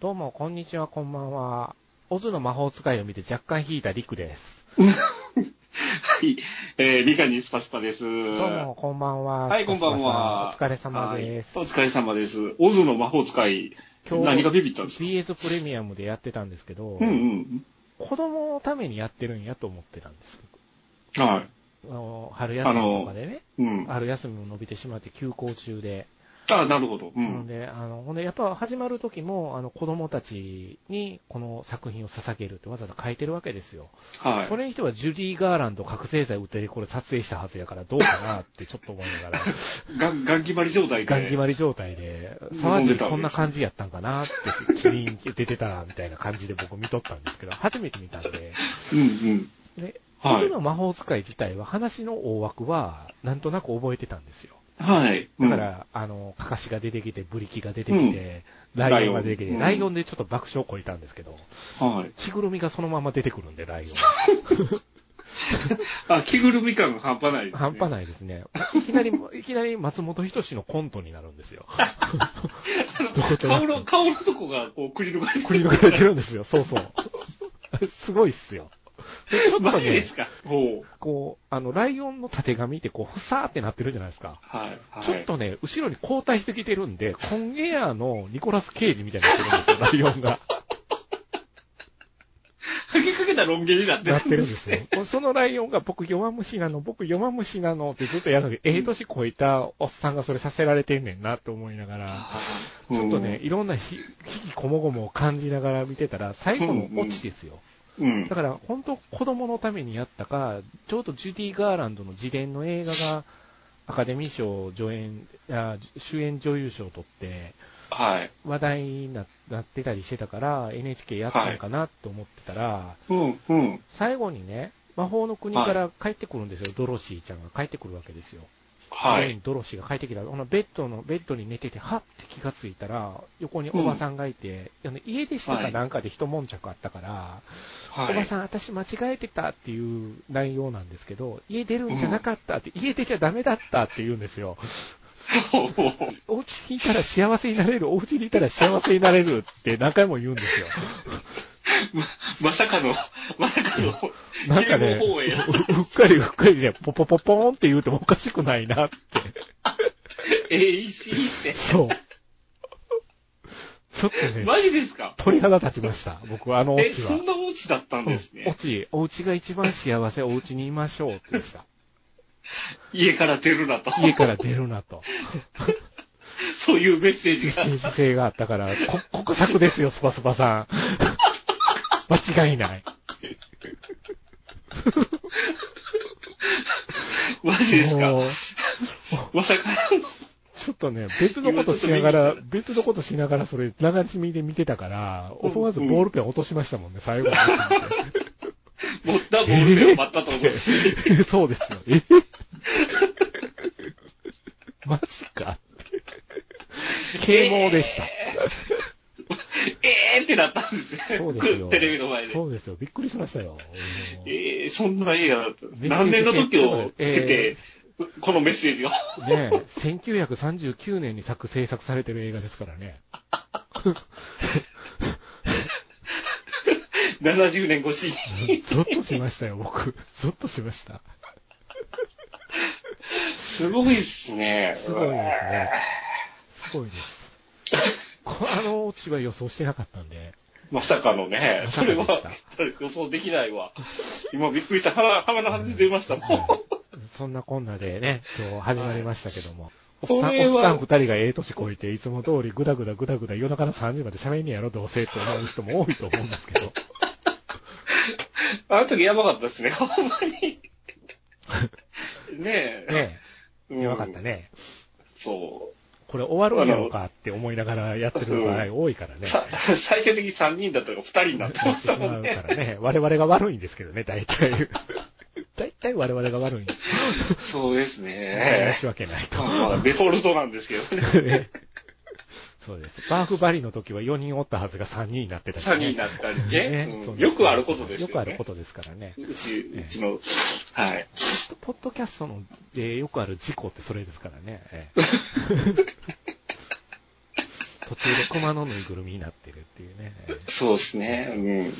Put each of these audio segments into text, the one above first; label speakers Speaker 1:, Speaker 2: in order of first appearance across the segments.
Speaker 1: どうも、こんにちは、こんばんは。オズの魔法使いを見て若干引いたリクです。
Speaker 2: はい。えー、理科にスパスパです。どう
Speaker 1: どうも、。こんばんは。
Speaker 2: はい、こんばんは。
Speaker 1: お疲れ様です。
Speaker 2: はいお疲れ様です。オズの魔法使い。
Speaker 1: 今日
Speaker 2: 何がビビったんですか
Speaker 1: BS プレミアムでやってたんですけど、
Speaker 2: うんうん。
Speaker 1: 子供のためにやってるんやと思ってたんです。
Speaker 2: は
Speaker 1: 僕あの春休みとかでね、
Speaker 2: い。うん。
Speaker 1: 春休みも伸びてしまって休校中で、
Speaker 2: あ、なるほど。う
Speaker 1: なの
Speaker 2: ん。
Speaker 1: で、あの、ほんで、やっぱ始まる時も、あの、子供たちにこの作品を捧げるってわざわざ書いてるわけですよ。
Speaker 2: はい
Speaker 1: そ。れにしてはジュリー・ガーランド覚醒剤打ってこれ撮影したはずやからどうかなってちょっと思いながら、
Speaker 2: がん、がん決まり状態で。
Speaker 1: ガン決まり状態で、沢尻
Speaker 2: 望んでたわけですね
Speaker 1: こんな感じやったんかなって、キリン出てたみたいな感じで僕見とったんですけど、初めて見たんで、
Speaker 2: うんうん。
Speaker 1: で、
Speaker 2: はい
Speaker 1: オズの魔法使い自体は話の大枠はなんとなく覚えてたんですよ。
Speaker 2: はい。
Speaker 1: だか、ら、あの、カカシが出てきて、ブリキが出てきて、
Speaker 2: ん
Speaker 1: ライオンが出てきて、
Speaker 2: ライオン
Speaker 1: ライオンでちょっと爆笑をこいたんですけど、
Speaker 2: うん、はい。
Speaker 1: 着ぐるみがそのまま出てくるんで、ライオン。
Speaker 2: あ、着ぐるみ感が半端ないです、ね。
Speaker 1: 半端
Speaker 2: い。
Speaker 1: ないですね。 いきなり、いきなり松本人志のコントになるんですよ。どことな
Speaker 2: 顔
Speaker 1: く
Speaker 2: の、顔のとこが、こう、くり抜かれて
Speaker 1: 繰り抜かれてるんですよ。そうそう。 すごいっすよ。でちょっと
Speaker 2: マジで
Speaker 1: ね
Speaker 2: す、かほう。
Speaker 1: こう、あの、ライオンの縦紙ってこう、ふさーってなってるじゃないですか。
Speaker 2: はい。はい。
Speaker 1: ちょっとね、後ろに後退してきてるんで、コンエアのニコラス・ケイジみたいになってるんですよ、ライオンが。
Speaker 2: 吐きかけたロン毛になって
Speaker 1: なってるんですよ。そのライオンが僕弱虫なの、僕弱虫なのってずっとやるので、ええ年超えたおっさんがそれさせられてんねんなと思いながら、ちょっとね、、いろんなひ悲喜こもごもを感じながら見てたら、最後のオチですよ。
Speaker 2: うん。
Speaker 1: だから本当子供のためにやったか、ちょうどジュディ・ガーランドの自伝の映画が、アカデミー賞助演、あ主演女優賞を取って、
Speaker 2: はい。
Speaker 1: 話題にななってたりしてたから、NHK やったんかなと思ってたら、
Speaker 2: うん、うん。
Speaker 1: 最後にね、魔法の国から帰ってくるんですよ。ドロシーちゃんが帰ってくるわけですよ。
Speaker 2: は
Speaker 1: それ
Speaker 2: い。
Speaker 1: にドロシーが帰ってきた。このベッドの、ベッドに寝てて、はって気がついたら、横におばさんがいて、あの家でした
Speaker 2: は
Speaker 1: か
Speaker 2: い
Speaker 1: なんかで一悶着あったから、
Speaker 2: は
Speaker 1: おば
Speaker 2: い。
Speaker 1: さん、私間違えてたっていう内容なんですけど、家出るんじゃなかったって、家出ちゃダメだったって言うんですよ。
Speaker 2: ほうほう
Speaker 1: お家にいたら幸せになれる、お家にいたら幸せになれるって何回も言うん ですよ。
Speaker 2: ま、 まさかの、まさかの、
Speaker 1: なんかね、
Speaker 2: ゲーム放映
Speaker 1: ううっかりうっかりで、ポポポポーンって言うてもおかしくないなって。
Speaker 2: AC って。
Speaker 1: そう。 ちょっとね、
Speaker 2: マジですか
Speaker 1: 鳥肌立ちました。僕はあのオ
Speaker 2: え、
Speaker 1: チ
Speaker 2: そ
Speaker 1: は
Speaker 2: ん。なオチだったんです
Speaker 1: うんオ
Speaker 2: ね。
Speaker 1: チ、お家が一番幸せ、お家にいましょうってでした。
Speaker 2: 家から出るなと。
Speaker 1: 家から出るなと。
Speaker 2: そういうメッセージが。
Speaker 1: 政治性があったから、こ、国策ですよ、スパスパさん。 間違いない。
Speaker 2: マジです
Speaker 1: も
Speaker 2: か
Speaker 1: う
Speaker 2: まさか。
Speaker 1: ちょっとね、別のことしながら、別のことしながら、それ、流し見で見てたから、思わずボールペン落としましたもんね、最後に。
Speaker 2: 持ったボールペンを待ったと思 うし。
Speaker 1: そうですよ。え マジか。啓蒙でした。
Speaker 2: えーってなったんですね。
Speaker 1: そうですよ。
Speaker 2: テレビの前で。
Speaker 1: そうですよ。びっくりしましたよ。
Speaker 2: えー、そんな映画だった。
Speaker 1: メッセージ
Speaker 2: 何年の時を経
Speaker 1: え
Speaker 2: て、このメッセー ジが。
Speaker 1: ねえ、1939年に作、制作されてる映画ですからね。
Speaker 2: 70年越しに。
Speaker 1: ゾッとしましたよ、僕。ゾッとしました。
Speaker 2: すごいっすね。
Speaker 1: すごいですね。すごいです。こあのオチは予想してなかったんで。
Speaker 2: まさかのね、
Speaker 1: まさ
Speaker 2: そ
Speaker 1: かで
Speaker 2: れ
Speaker 1: し
Speaker 2: は
Speaker 1: た
Speaker 2: 予想できないわ。今びっくりした。鼻、鼻の話出ましたもん。
Speaker 1: そんなこんなでね、今日始まりましたけども。おっ
Speaker 2: こ
Speaker 1: さん、
Speaker 2: れ
Speaker 1: おっ
Speaker 2: は
Speaker 1: さん二人がええ年こいて、いつも通りぐだぐだぐだぐだ夜中の3時まで喋んねやろ、どうせって思う人も多いと思うんですけど。
Speaker 2: あの時やばかったですね、ほんまに。ねえ。
Speaker 1: ね
Speaker 2: うん
Speaker 1: え、やばかった。ね。
Speaker 2: そ
Speaker 1: これ終わるんやろうかって思いながらやってる場合多いから
Speaker 2: う。
Speaker 1: ね。
Speaker 2: さ最終的に3人だったのが2人になって
Speaker 1: な
Speaker 2: ま
Speaker 1: っ
Speaker 2: してた
Speaker 1: し
Speaker 2: も
Speaker 1: ま
Speaker 2: ん
Speaker 1: う
Speaker 2: ね。
Speaker 1: からね。我々が悪いんですけどね、大体。 大体我々が悪いんで。
Speaker 2: そうですね
Speaker 1: 申。し訳ないと
Speaker 2: ま。あまあ、デフォルトなんですけどね。
Speaker 1: ねそうです。バーフバリの時は4人おったはずが3人になってたりね
Speaker 2: 3人になったりね。
Speaker 1: ね
Speaker 2: う
Speaker 1: そうんです
Speaker 2: よくあることですよ
Speaker 1: よ
Speaker 2: ね。
Speaker 1: くあることですからね。
Speaker 2: うち、うちの、はい。
Speaker 1: ポッドキャストの でよくある事故ってそれですからね。ええ途中で熊のぬいぐるみになってるっていうね。
Speaker 2: そうですね。うん。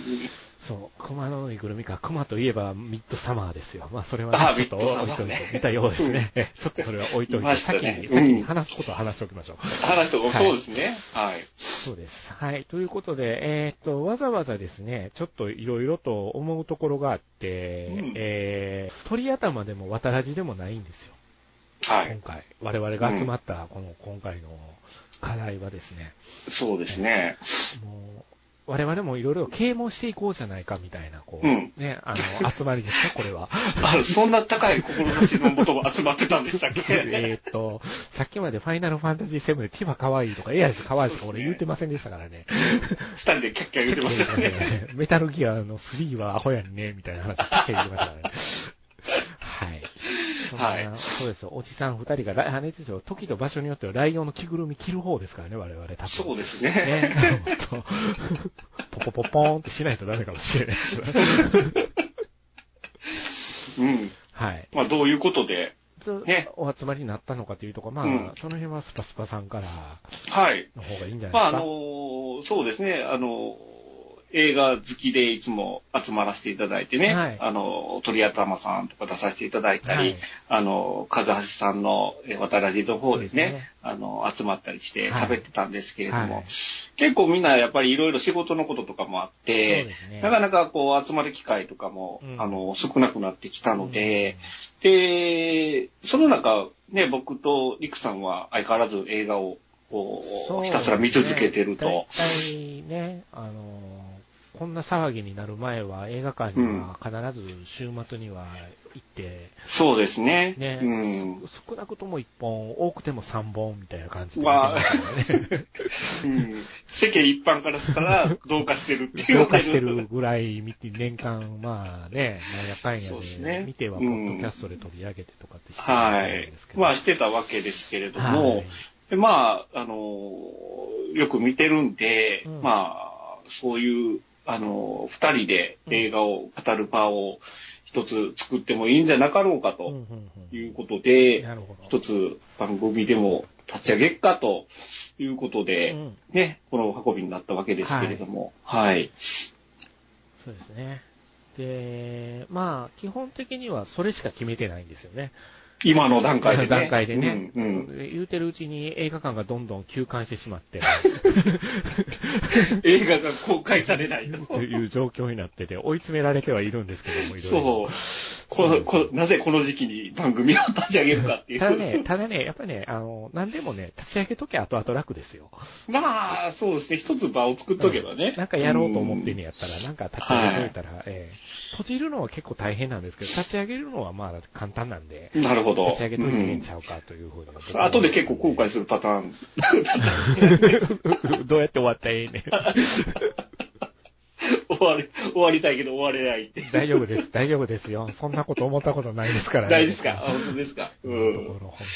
Speaker 1: そう、熊のぬいぐるみか、熊といえばミッドサマーですよ。まあ、それ
Speaker 2: あ
Speaker 1: は
Speaker 2: あ
Speaker 1: ね、ちょっと
Speaker 2: ミッドサ
Speaker 1: 置い
Speaker 2: マ
Speaker 1: と
Speaker 2: ー
Speaker 1: い
Speaker 2: ね
Speaker 1: て、見たようです ね。 ちょっとそれは置いといて、
Speaker 2: いました
Speaker 1: 先
Speaker 2: ね
Speaker 1: に、
Speaker 2: うん
Speaker 1: 先に話すことは話しておきましょう。
Speaker 2: 話して
Speaker 1: はい
Speaker 2: おそうですね。はい。
Speaker 1: そうです。はい。ということで、えーっと、わざわざですね、ちょっといろいろと思うところがあって、
Speaker 2: うん
Speaker 1: えー、鳥頭でも渡らじでもないんですよ。
Speaker 2: はい
Speaker 1: 今。回、我々が集まった、この今回の課題はですね、
Speaker 2: そうですね。
Speaker 1: もう、我々もいろいろ啓蒙していこうじゃないかみたいな、こう、
Speaker 2: うん
Speaker 1: ね、あの、集まりですか、これは。
Speaker 2: あそんな高い志のもとも集まってたんでしたっけ
Speaker 1: えーっと、さっきまでファイナルファンタジー7でティファ可愛いとか、エアリス可愛いとか俺言うてませんでしたからね。
Speaker 2: 二人でキャッキャ言ってましたね。
Speaker 1: メタルギアの3はアホやんね、みたいな話を聞けてましたからね。はい。そんな
Speaker 2: はい
Speaker 1: そうですよ。おじさん二人が、ラあれですよ、時と場所によってはライオンの着ぐるみ着る方ですからね、我々多分。
Speaker 2: そうです
Speaker 1: ね
Speaker 2: ね。。
Speaker 1: ほんとポポポポーンってしないとダメかもしれないけど。
Speaker 2: うん。
Speaker 1: はい。
Speaker 2: まあ、どういうことで。
Speaker 1: そう
Speaker 2: ね
Speaker 1: お集まりになったのかというとこまあ、
Speaker 2: うん
Speaker 1: その辺はスパスパさんから
Speaker 2: はい。
Speaker 1: の方がいいんじゃないですか。
Speaker 2: まあ、あのーそうですね。あのー映画好きでいつも集まらせていただいてね。
Speaker 1: はい
Speaker 2: あのー鳥頭さんとか出させていただいたり、
Speaker 1: はい
Speaker 2: あのー和橋さんのえー渡らじの方で
Speaker 1: そう
Speaker 2: す
Speaker 1: で
Speaker 2: ね。
Speaker 1: すね
Speaker 2: あのー集まったりして
Speaker 1: はい
Speaker 2: 喋ってたんですけれども、
Speaker 1: はい
Speaker 2: 結構みんなやっぱりいろいろ仕事のこととかもあっ
Speaker 1: そう
Speaker 2: て
Speaker 1: で、すね
Speaker 2: なかなかこう集まる機会とかも、
Speaker 1: うん
Speaker 2: あのー少なくなってきたので、で、その中、ね、僕とリクさんは相変わらず映画をこ
Speaker 1: そう
Speaker 2: うひたすら見続けてると。
Speaker 1: ですね大体ね、あの、こんな騒ぎになる前は映画館には必ず週末には行って、
Speaker 2: そうですね。
Speaker 1: ね
Speaker 2: うん。
Speaker 1: 少なくとも1本、多くても3本みたいな感じで。
Speaker 2: わあ
Speaker 1: ね、
Speaker 2: うん世間一般からした ら、同化してるっていう。
Speaker 1: 評価してる。ぐらい見て、年間、まあね、なんやかん
Speaker 2: そうです
Speaker 1: やで
Speaker 2: ね
Speaker 1: 見ては、ポ
Speaker 2: うん
Speaker 1: ッドキャストで取り上げてとかってして
Speaker 2: は
Speaker 1: たん
Speaker 2: い
Speaker 1: ですけ。ど。
Speaker 2: まあ、してたわけですけれども、
Speaker 1: はい
Speaker 2: でまあ、あのーよく見てるんで、
Speaker 1: うん
Speaker 2: まあ、そういう、あのー二人で映画を語る場を一つ作ってもいいんじゃなかろうか
Speaker 1: うん
Speaker 2: と
Speaker 1: うんうん
Speaker 2: いうことで、
Speaker 1: なるほど。
Speaker 2: 一つ番組でも立ち上げっかということで、
Speaker 1: うん
Speaker 2: ね、この運びになったわけですけれども、はい。
Speaker 1: そうですね。で、まあ、基本的にはそれしか決めてないんですよね。
Speaker 2: 今の段階でね。
Speaker 1: 段階でね、
Speaker 2: うんうん
Speaker 1: 言うてるうちに映画館がどんどん休館してしま って、
Speaker 2: 映画が公開されないと。
Speaker 1: という状況になってて、追い詰められてはいるんですけども、いろいろ。
Speaker 2: そう。このこなぜこの時期に番組を立ち上げるかっていう。
Speaker 1: ただね、ただね、やっぱね、あの、何でもね、立ち上げときゃ後々楽ですよ。
Speaker 2: まあ、そうですね。一つ場を作っとけばね。
Speaker 1: なんかやろうと思ってんねやったら、なんか立ち上げといたら、えー閉じるのは結構大変なんですけど、立ち上げるのはまあ簡単なんで、
Speaker 2: うん。なるほど。
Speaker 1: 立ち上げといてええん
Speaker 2: うん
Speaker 1: ちゃうかというふうに。
Speaker 2: 後で結構後悔するパターン。
Speaker 1: どうやって終わったらええねん。
Speaker 2: 終わり、終わりたいけど終われないって。
Speaker 1: 大丈夫です、大丈夫ですよ。そんなこと思ったことないですからね。
Speaker 2: 大事ですかあ本当ですかう
Speaker 1: 今のとこ
Speaker 2: ん。
Speaker 1: ろ、本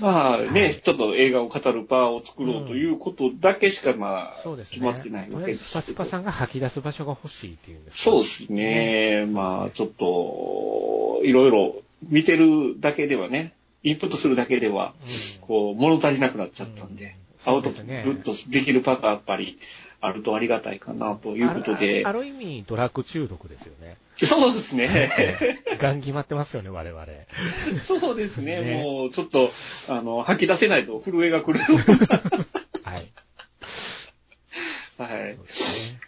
Speaker 2: まあね、
Speaker 1: はい
Speaker 2: ちょっと映画を語る場を作ろうということだけしか、まあ、
Speaker 1: 当そうですね。
Speaker 2: 決まってない
Speaker 1: と
Speaker 2: わ
Speaker 1: りあ
Speaker 2: け
Speaker 1: え
Speaker 2: で
Speaker 1: ず
Speaker 2: す
Speaker 1: ス
Speaker 2: け
Speaker 1: パ
Speaker 2: ど。
Speaker 1: スパさんが吐き出す場所が欲しいっていうんですか
Speaker 2: そうですね。まあ、ちょっと、いろいろ見てるだけではね、インプットするだけでは、
Speaker 1: うん
Speaker 2: こう、物足りなくなっちゃったんで、
Speaker 1: うん
Speaker 2: アウトプ
Speaker 1: そうですね
Speaker 2: ットできるパターンやっぱりあるとありがたいかなということで
Speaker 1: あ、るある意味、ドラッグ中毒ですよね。
Speaker 2: そうです ね。
Speaker 1: ガン決まってますよね、我々。
Speaker 2: そうですね。
Speaker 1: ね
Speaker 2: もう、ちょっと、あの、吐き出せないと震えが来る。
Speaker 1: はい。
Speaker 2: はい
Speaker 1: そう。ですね。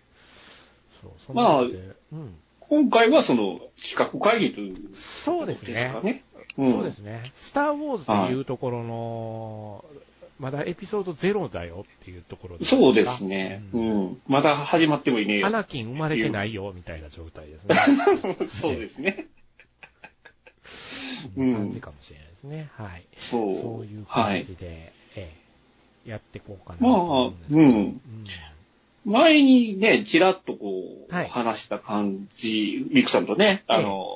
Speaker 1: そう、そんなことでうん。
Speaker 2: 今回はその企画会議ということですか
Speaker 1: そ
Speaker 2: ね。
Speaker 1: うですね。
Speaker 2: うん、
Speaker 1: そうですね。スター・ウォーズというところの、まだエピソードゼロだよっていうところで
Speaker 2: そうですね。う
Speaker 1: うん
Speaker 2: ん。まだ始まってもいねえよ
Speaker 1: ア。ナキン生まれてないよ、みたいな状態ですね。
Speaker 2: そうですね。
Speaker 1: そんな感じかもしれないですね。はい。
Speaker 2: そう。
Speaker 1: そういう
Speaker 2: は
Speaker 1: 感
Speaker 2: い。
Speaker 1: じで、ええやっていこうかなと
Speaker 2: ま
Speaker 1: 思
Speaker 2: あ
Speaker 1: うんで、す
Speaker 2: う
Speaker 1: けど。
Speaker 2: ん。
Speaker 1: うん
Speaker 2: 前にね、ちらっとこう、
Speaker 1: はい
Speaker 2: 話した感じ、ミクさんとね、
Speaker 1: ええ
Speaker 2: あの、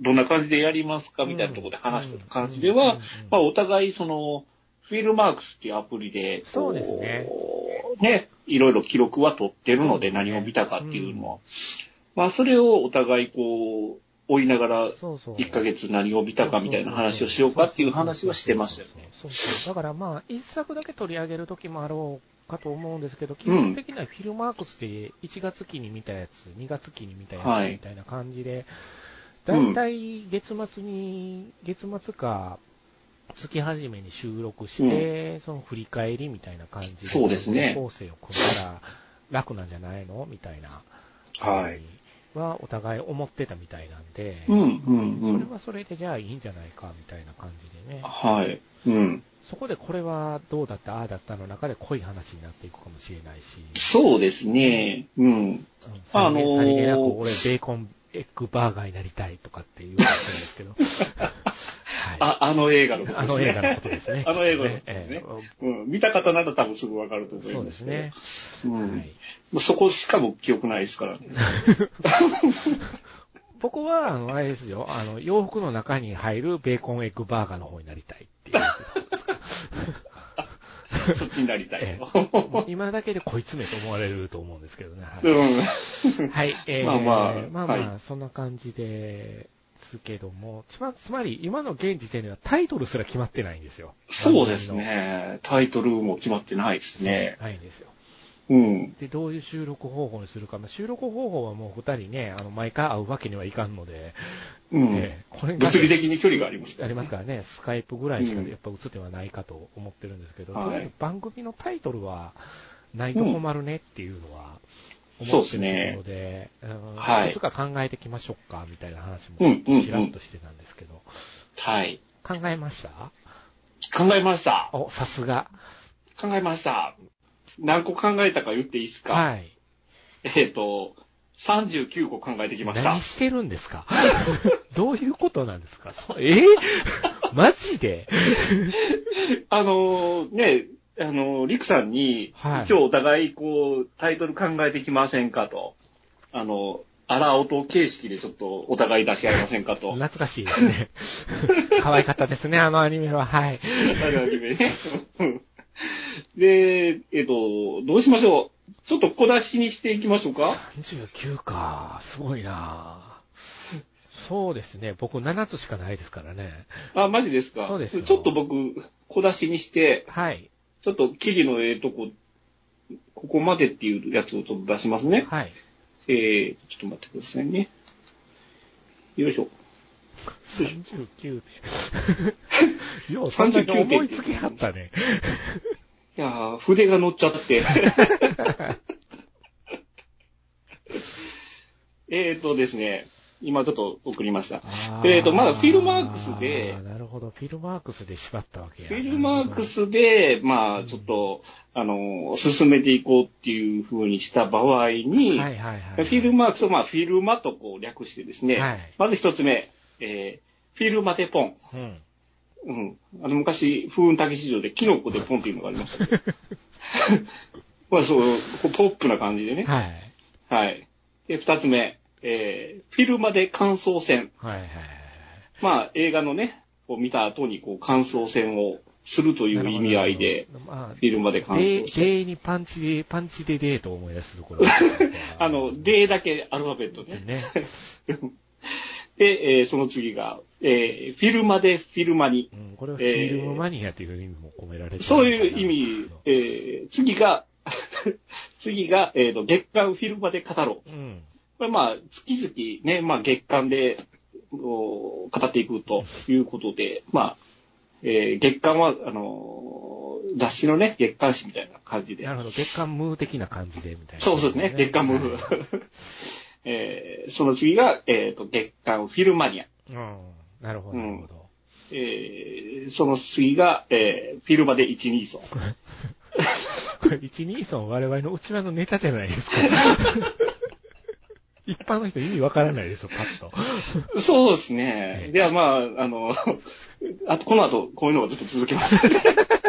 Speaker 2: どんな感じでやりますかみたいなところで話した感じで
Speaker 1: うん
Speaker 2: は、
Speaker 1: うん
Speaker 2: まあ、お互いその、フィールマークスっていうアプリで、こ
Speaker 1: そうですね。
Speaker 2: ね、いろいろ記録は取ってるので、
Speaker 1: そうですね
Speaker 2: 何を見たかっていうのを。まあ、それをお互いこう、追いながら、
Speaker 1: そうそう。
Speaker 2: 1ヶ月何を見たかみたいな話をしようかっていう話はしてましたよね。
Speaker 1: そうそう。だからまあ、一作だけ取り上げるときもあろうかと思うんですけど、基本的にはフィルマークスで1月期に見たやつ、2月期に見たや
Speaker 2: は
Speaker 1: つ
Speaker 2: い
Speaker 1: みたいな感じで、だいたい月末に、月末か、月始めに収録して、その振り返りみたいな感じで、
Speaker 2: そうですね
Speaker 1: 構成を組んだら楽なんじゃないのみたいな。
Speaker 2: はい。。
Speaker 1: はお互い思ってたみたいなんで、
Speaker 2: うん、うん、う
Speaker 1: それ
Speaker 2: ん。
Speaker 1: はそれでじゃあいいんじゃないかみたいな感じでね。
Speaker 2: はい。うん。
Speaker 1: そこでこれはどうだった、ああだったの中で濃い話になっていくかもしれないし、
Speaker 2: そうですね。うん。
Speaker 1: うん
Speaker 2: あ
Speaker 1: さ
Speaker 2: の
Speaker 1: りげ
Speaker 2: ー
Speaker 1: さりげなく俺ベーコンエッグバーガーになりたいとかって言われてるんですけ ど、はい、
Speaker 2: あ、あの映画のこと
Speaker 1: あ
Speaker 2: ですね。
Speaker 1: の映画のことですね
Speaker 2: 。あの映画のことです
Speaker 1: え
Speaker 2: ね
Speaker 1: え
Speaker 2: うん。見た方なら多分すぐわかると思います。
Speaker 1: そうですね。。
Speaker 2: う
Speaker 1: は
Speaker 2: ん。
Speaker 1: い
Speaker 2: まあそこしか僕記憶ないで すから。
Speaker 1: 僕は、あの、あれですよ、あの、洋服の中に入るベーコンエッグバーガーの方になりたいっていう。
Speaker 2: そっちになりたい
Speaker 1: え。今だけでこいつめと思われると思うんですけどね。は
Speaker 2: う
Speaker 1: い。
Speaker 2: ん。
Speaker 1: はい、えー、
Speaker 2: まあま
Speaker 1: ま
Speaker 2: あ
Speaker 1: あまあ
Speaker 2: は
Speaker 1: そんな感じですけども、つまつまり、今の現時点ではタイトルすら決まってないんですよ。
Speaker 2: そうですね。タイトルも決まってないですね。
Speaker 1: ないんですよ。
Speaker 2: うん。
Speaker 1: で、どういう収録方法にするか。まあ、収録方法はもう二人ね、あの、毎回会うわけにはいかんので、
Speaker 2: うん。
Speaker 1: えーこれが
Speaker 2: 物理的に距離があります。
Speaker 1: ありますからね、スカイプぐらいしか
Speaker 2: うん
Speaker 1: やっぱ映ってはないかと思ってるんですけど、
Speaker 2: はい
Speaker 1: とりあえず番組のタイトルはないと困るねっていうのは思ってるので、うん
Speaker 2: はい
Speaker 1: いくつか考えてきましょうかみたいな話も
Speaker 2: うんうんうん
Speaker 1: ちらっとしてたんですけど、
Speaker 2: はい。
Speaker 1: 考えました
Speaker 2: 考えました。
Speaker 1: お、さすが。
Speaker 2: 考えました。何個考えたか言っていいですか、
Speaker 1: はい。
Speaker 2: えっ、と、39個考えてきました
Speaker 1: 何。してるんです かどういうことなんですかそえーマジで
Speaker 2: あのーね、あのーリクさんに、
Speaker 1: はい
Speaker 2: 一応お互いこう、タイトル考えてきませんかと。あの、荒音形式でちょっとお互い出し合いませ んかと。
Speaker 1: 懐かしいですね。可愛かったですね、あのアニメは。はい。
Speaker 2: あるアニメね。 で、えっ、と、どうしましょうちょっと小出しにしていきましょうか
Speaker 1: 39か、すごいなそうですね、僕7つしかないですからね。
Speaker 2: あ、マジですか
Speaker 1: そうですよ
Speaker 2: ちょっと僕、小出しにして、
Speaker 1: はい、
Speaker 2: ちょっと記事のええとこ、ここまでっていうやつをちょっと出しますね。
Speaker 1: はい。
Speaker 2: えー、ちょっと待ってくださいね。よいしょ。
Speaker 1: 39で。 よう、そんなに思いつきはったね。
Speaker 2: いやー、筆が乗っち ゃって。えーとですね、今ちょっと送りました。えーとまだフィルマークスで
Speaker 1: あーなるほど、フィルマークスで縛ったわけや。
Speaker 2: フィルマークスで、まあ、ちょっと、あのー、進めていこうっていう風にした場合
Speaker 1: はい
Speaker 2: に、
Speaker 1: はいはいはい。
Speaker 2: フィルマークスを、まあ、フィルマとこう略してですね、
Speaker 1: はい
Speaker 2: まず一つ目、えー、フィルマテポン。
Speaker 1: うん。
Speaker 2: うん。あの、昔、風雲竹市場でキノコでポンっていうのがありま したけど。まあ、そう、こうポップな感じでね。
Speaker 1: はい。
Speaker 2: はい。で、二つ目、えー、フィルマで感想戦。
Speaker 1: はいはいはい。
Speaker 2: まあ、映画のね、を見た後に、こう、感想戦をするという意味合いで、
Speaker 1: なるほど、まあ
Speaker 2: フィルマで感
Speaker 1: デ
Speaker 2: 想
Speaker 1: ー、
Speaker 2: 戦。
Speaker 1: デーにパンチで、パンチでデーと思い出すところ。
Speaker 2: あの、デーだけアルファベット
Speaker 1: で
Speaker 2: ね。
Speaker 1: ね。
Speaker 2: で、えーその次が、えー、フィルマでフィルマに。
Speaker 1: うん、これはフィルムマニアという意味も込められてるのかな
Speaker 2: そういう意味、えー、次が、 次が、えーと、月間フィルマで語ろう。
Speaker 1: うん。
Speaker 2: これまあ、月々ね、まあ月間で、お語っていくということで、まあ、えー月間は、あのー雑誌のね、月刊誌みたいな感じで
Speaker 1: な。るほど。月刊ムー的な感じで、みたいな。
Speaker 2: そうそうですね、月刊ムー
Speaker 1: はい
Speaker 2: ブ。 えーその次が、えっ、と、月刊フィルマニア。
Speaker 1: うん。なるほど、なるほど。
Speaker 2: えーその次が、えーフィルマで 123。
Speaker 1: これ、123は我々の内輪のネタじゃないですか。 一般の人意味わからないですよ、パッと。
Speaker 2: そうです
Speaker 1: え
Speaker 2: ね
Speaker 1: え。
Speaker 2: では、まあ、あの、 あと、この後、こういうのがずっと続きます。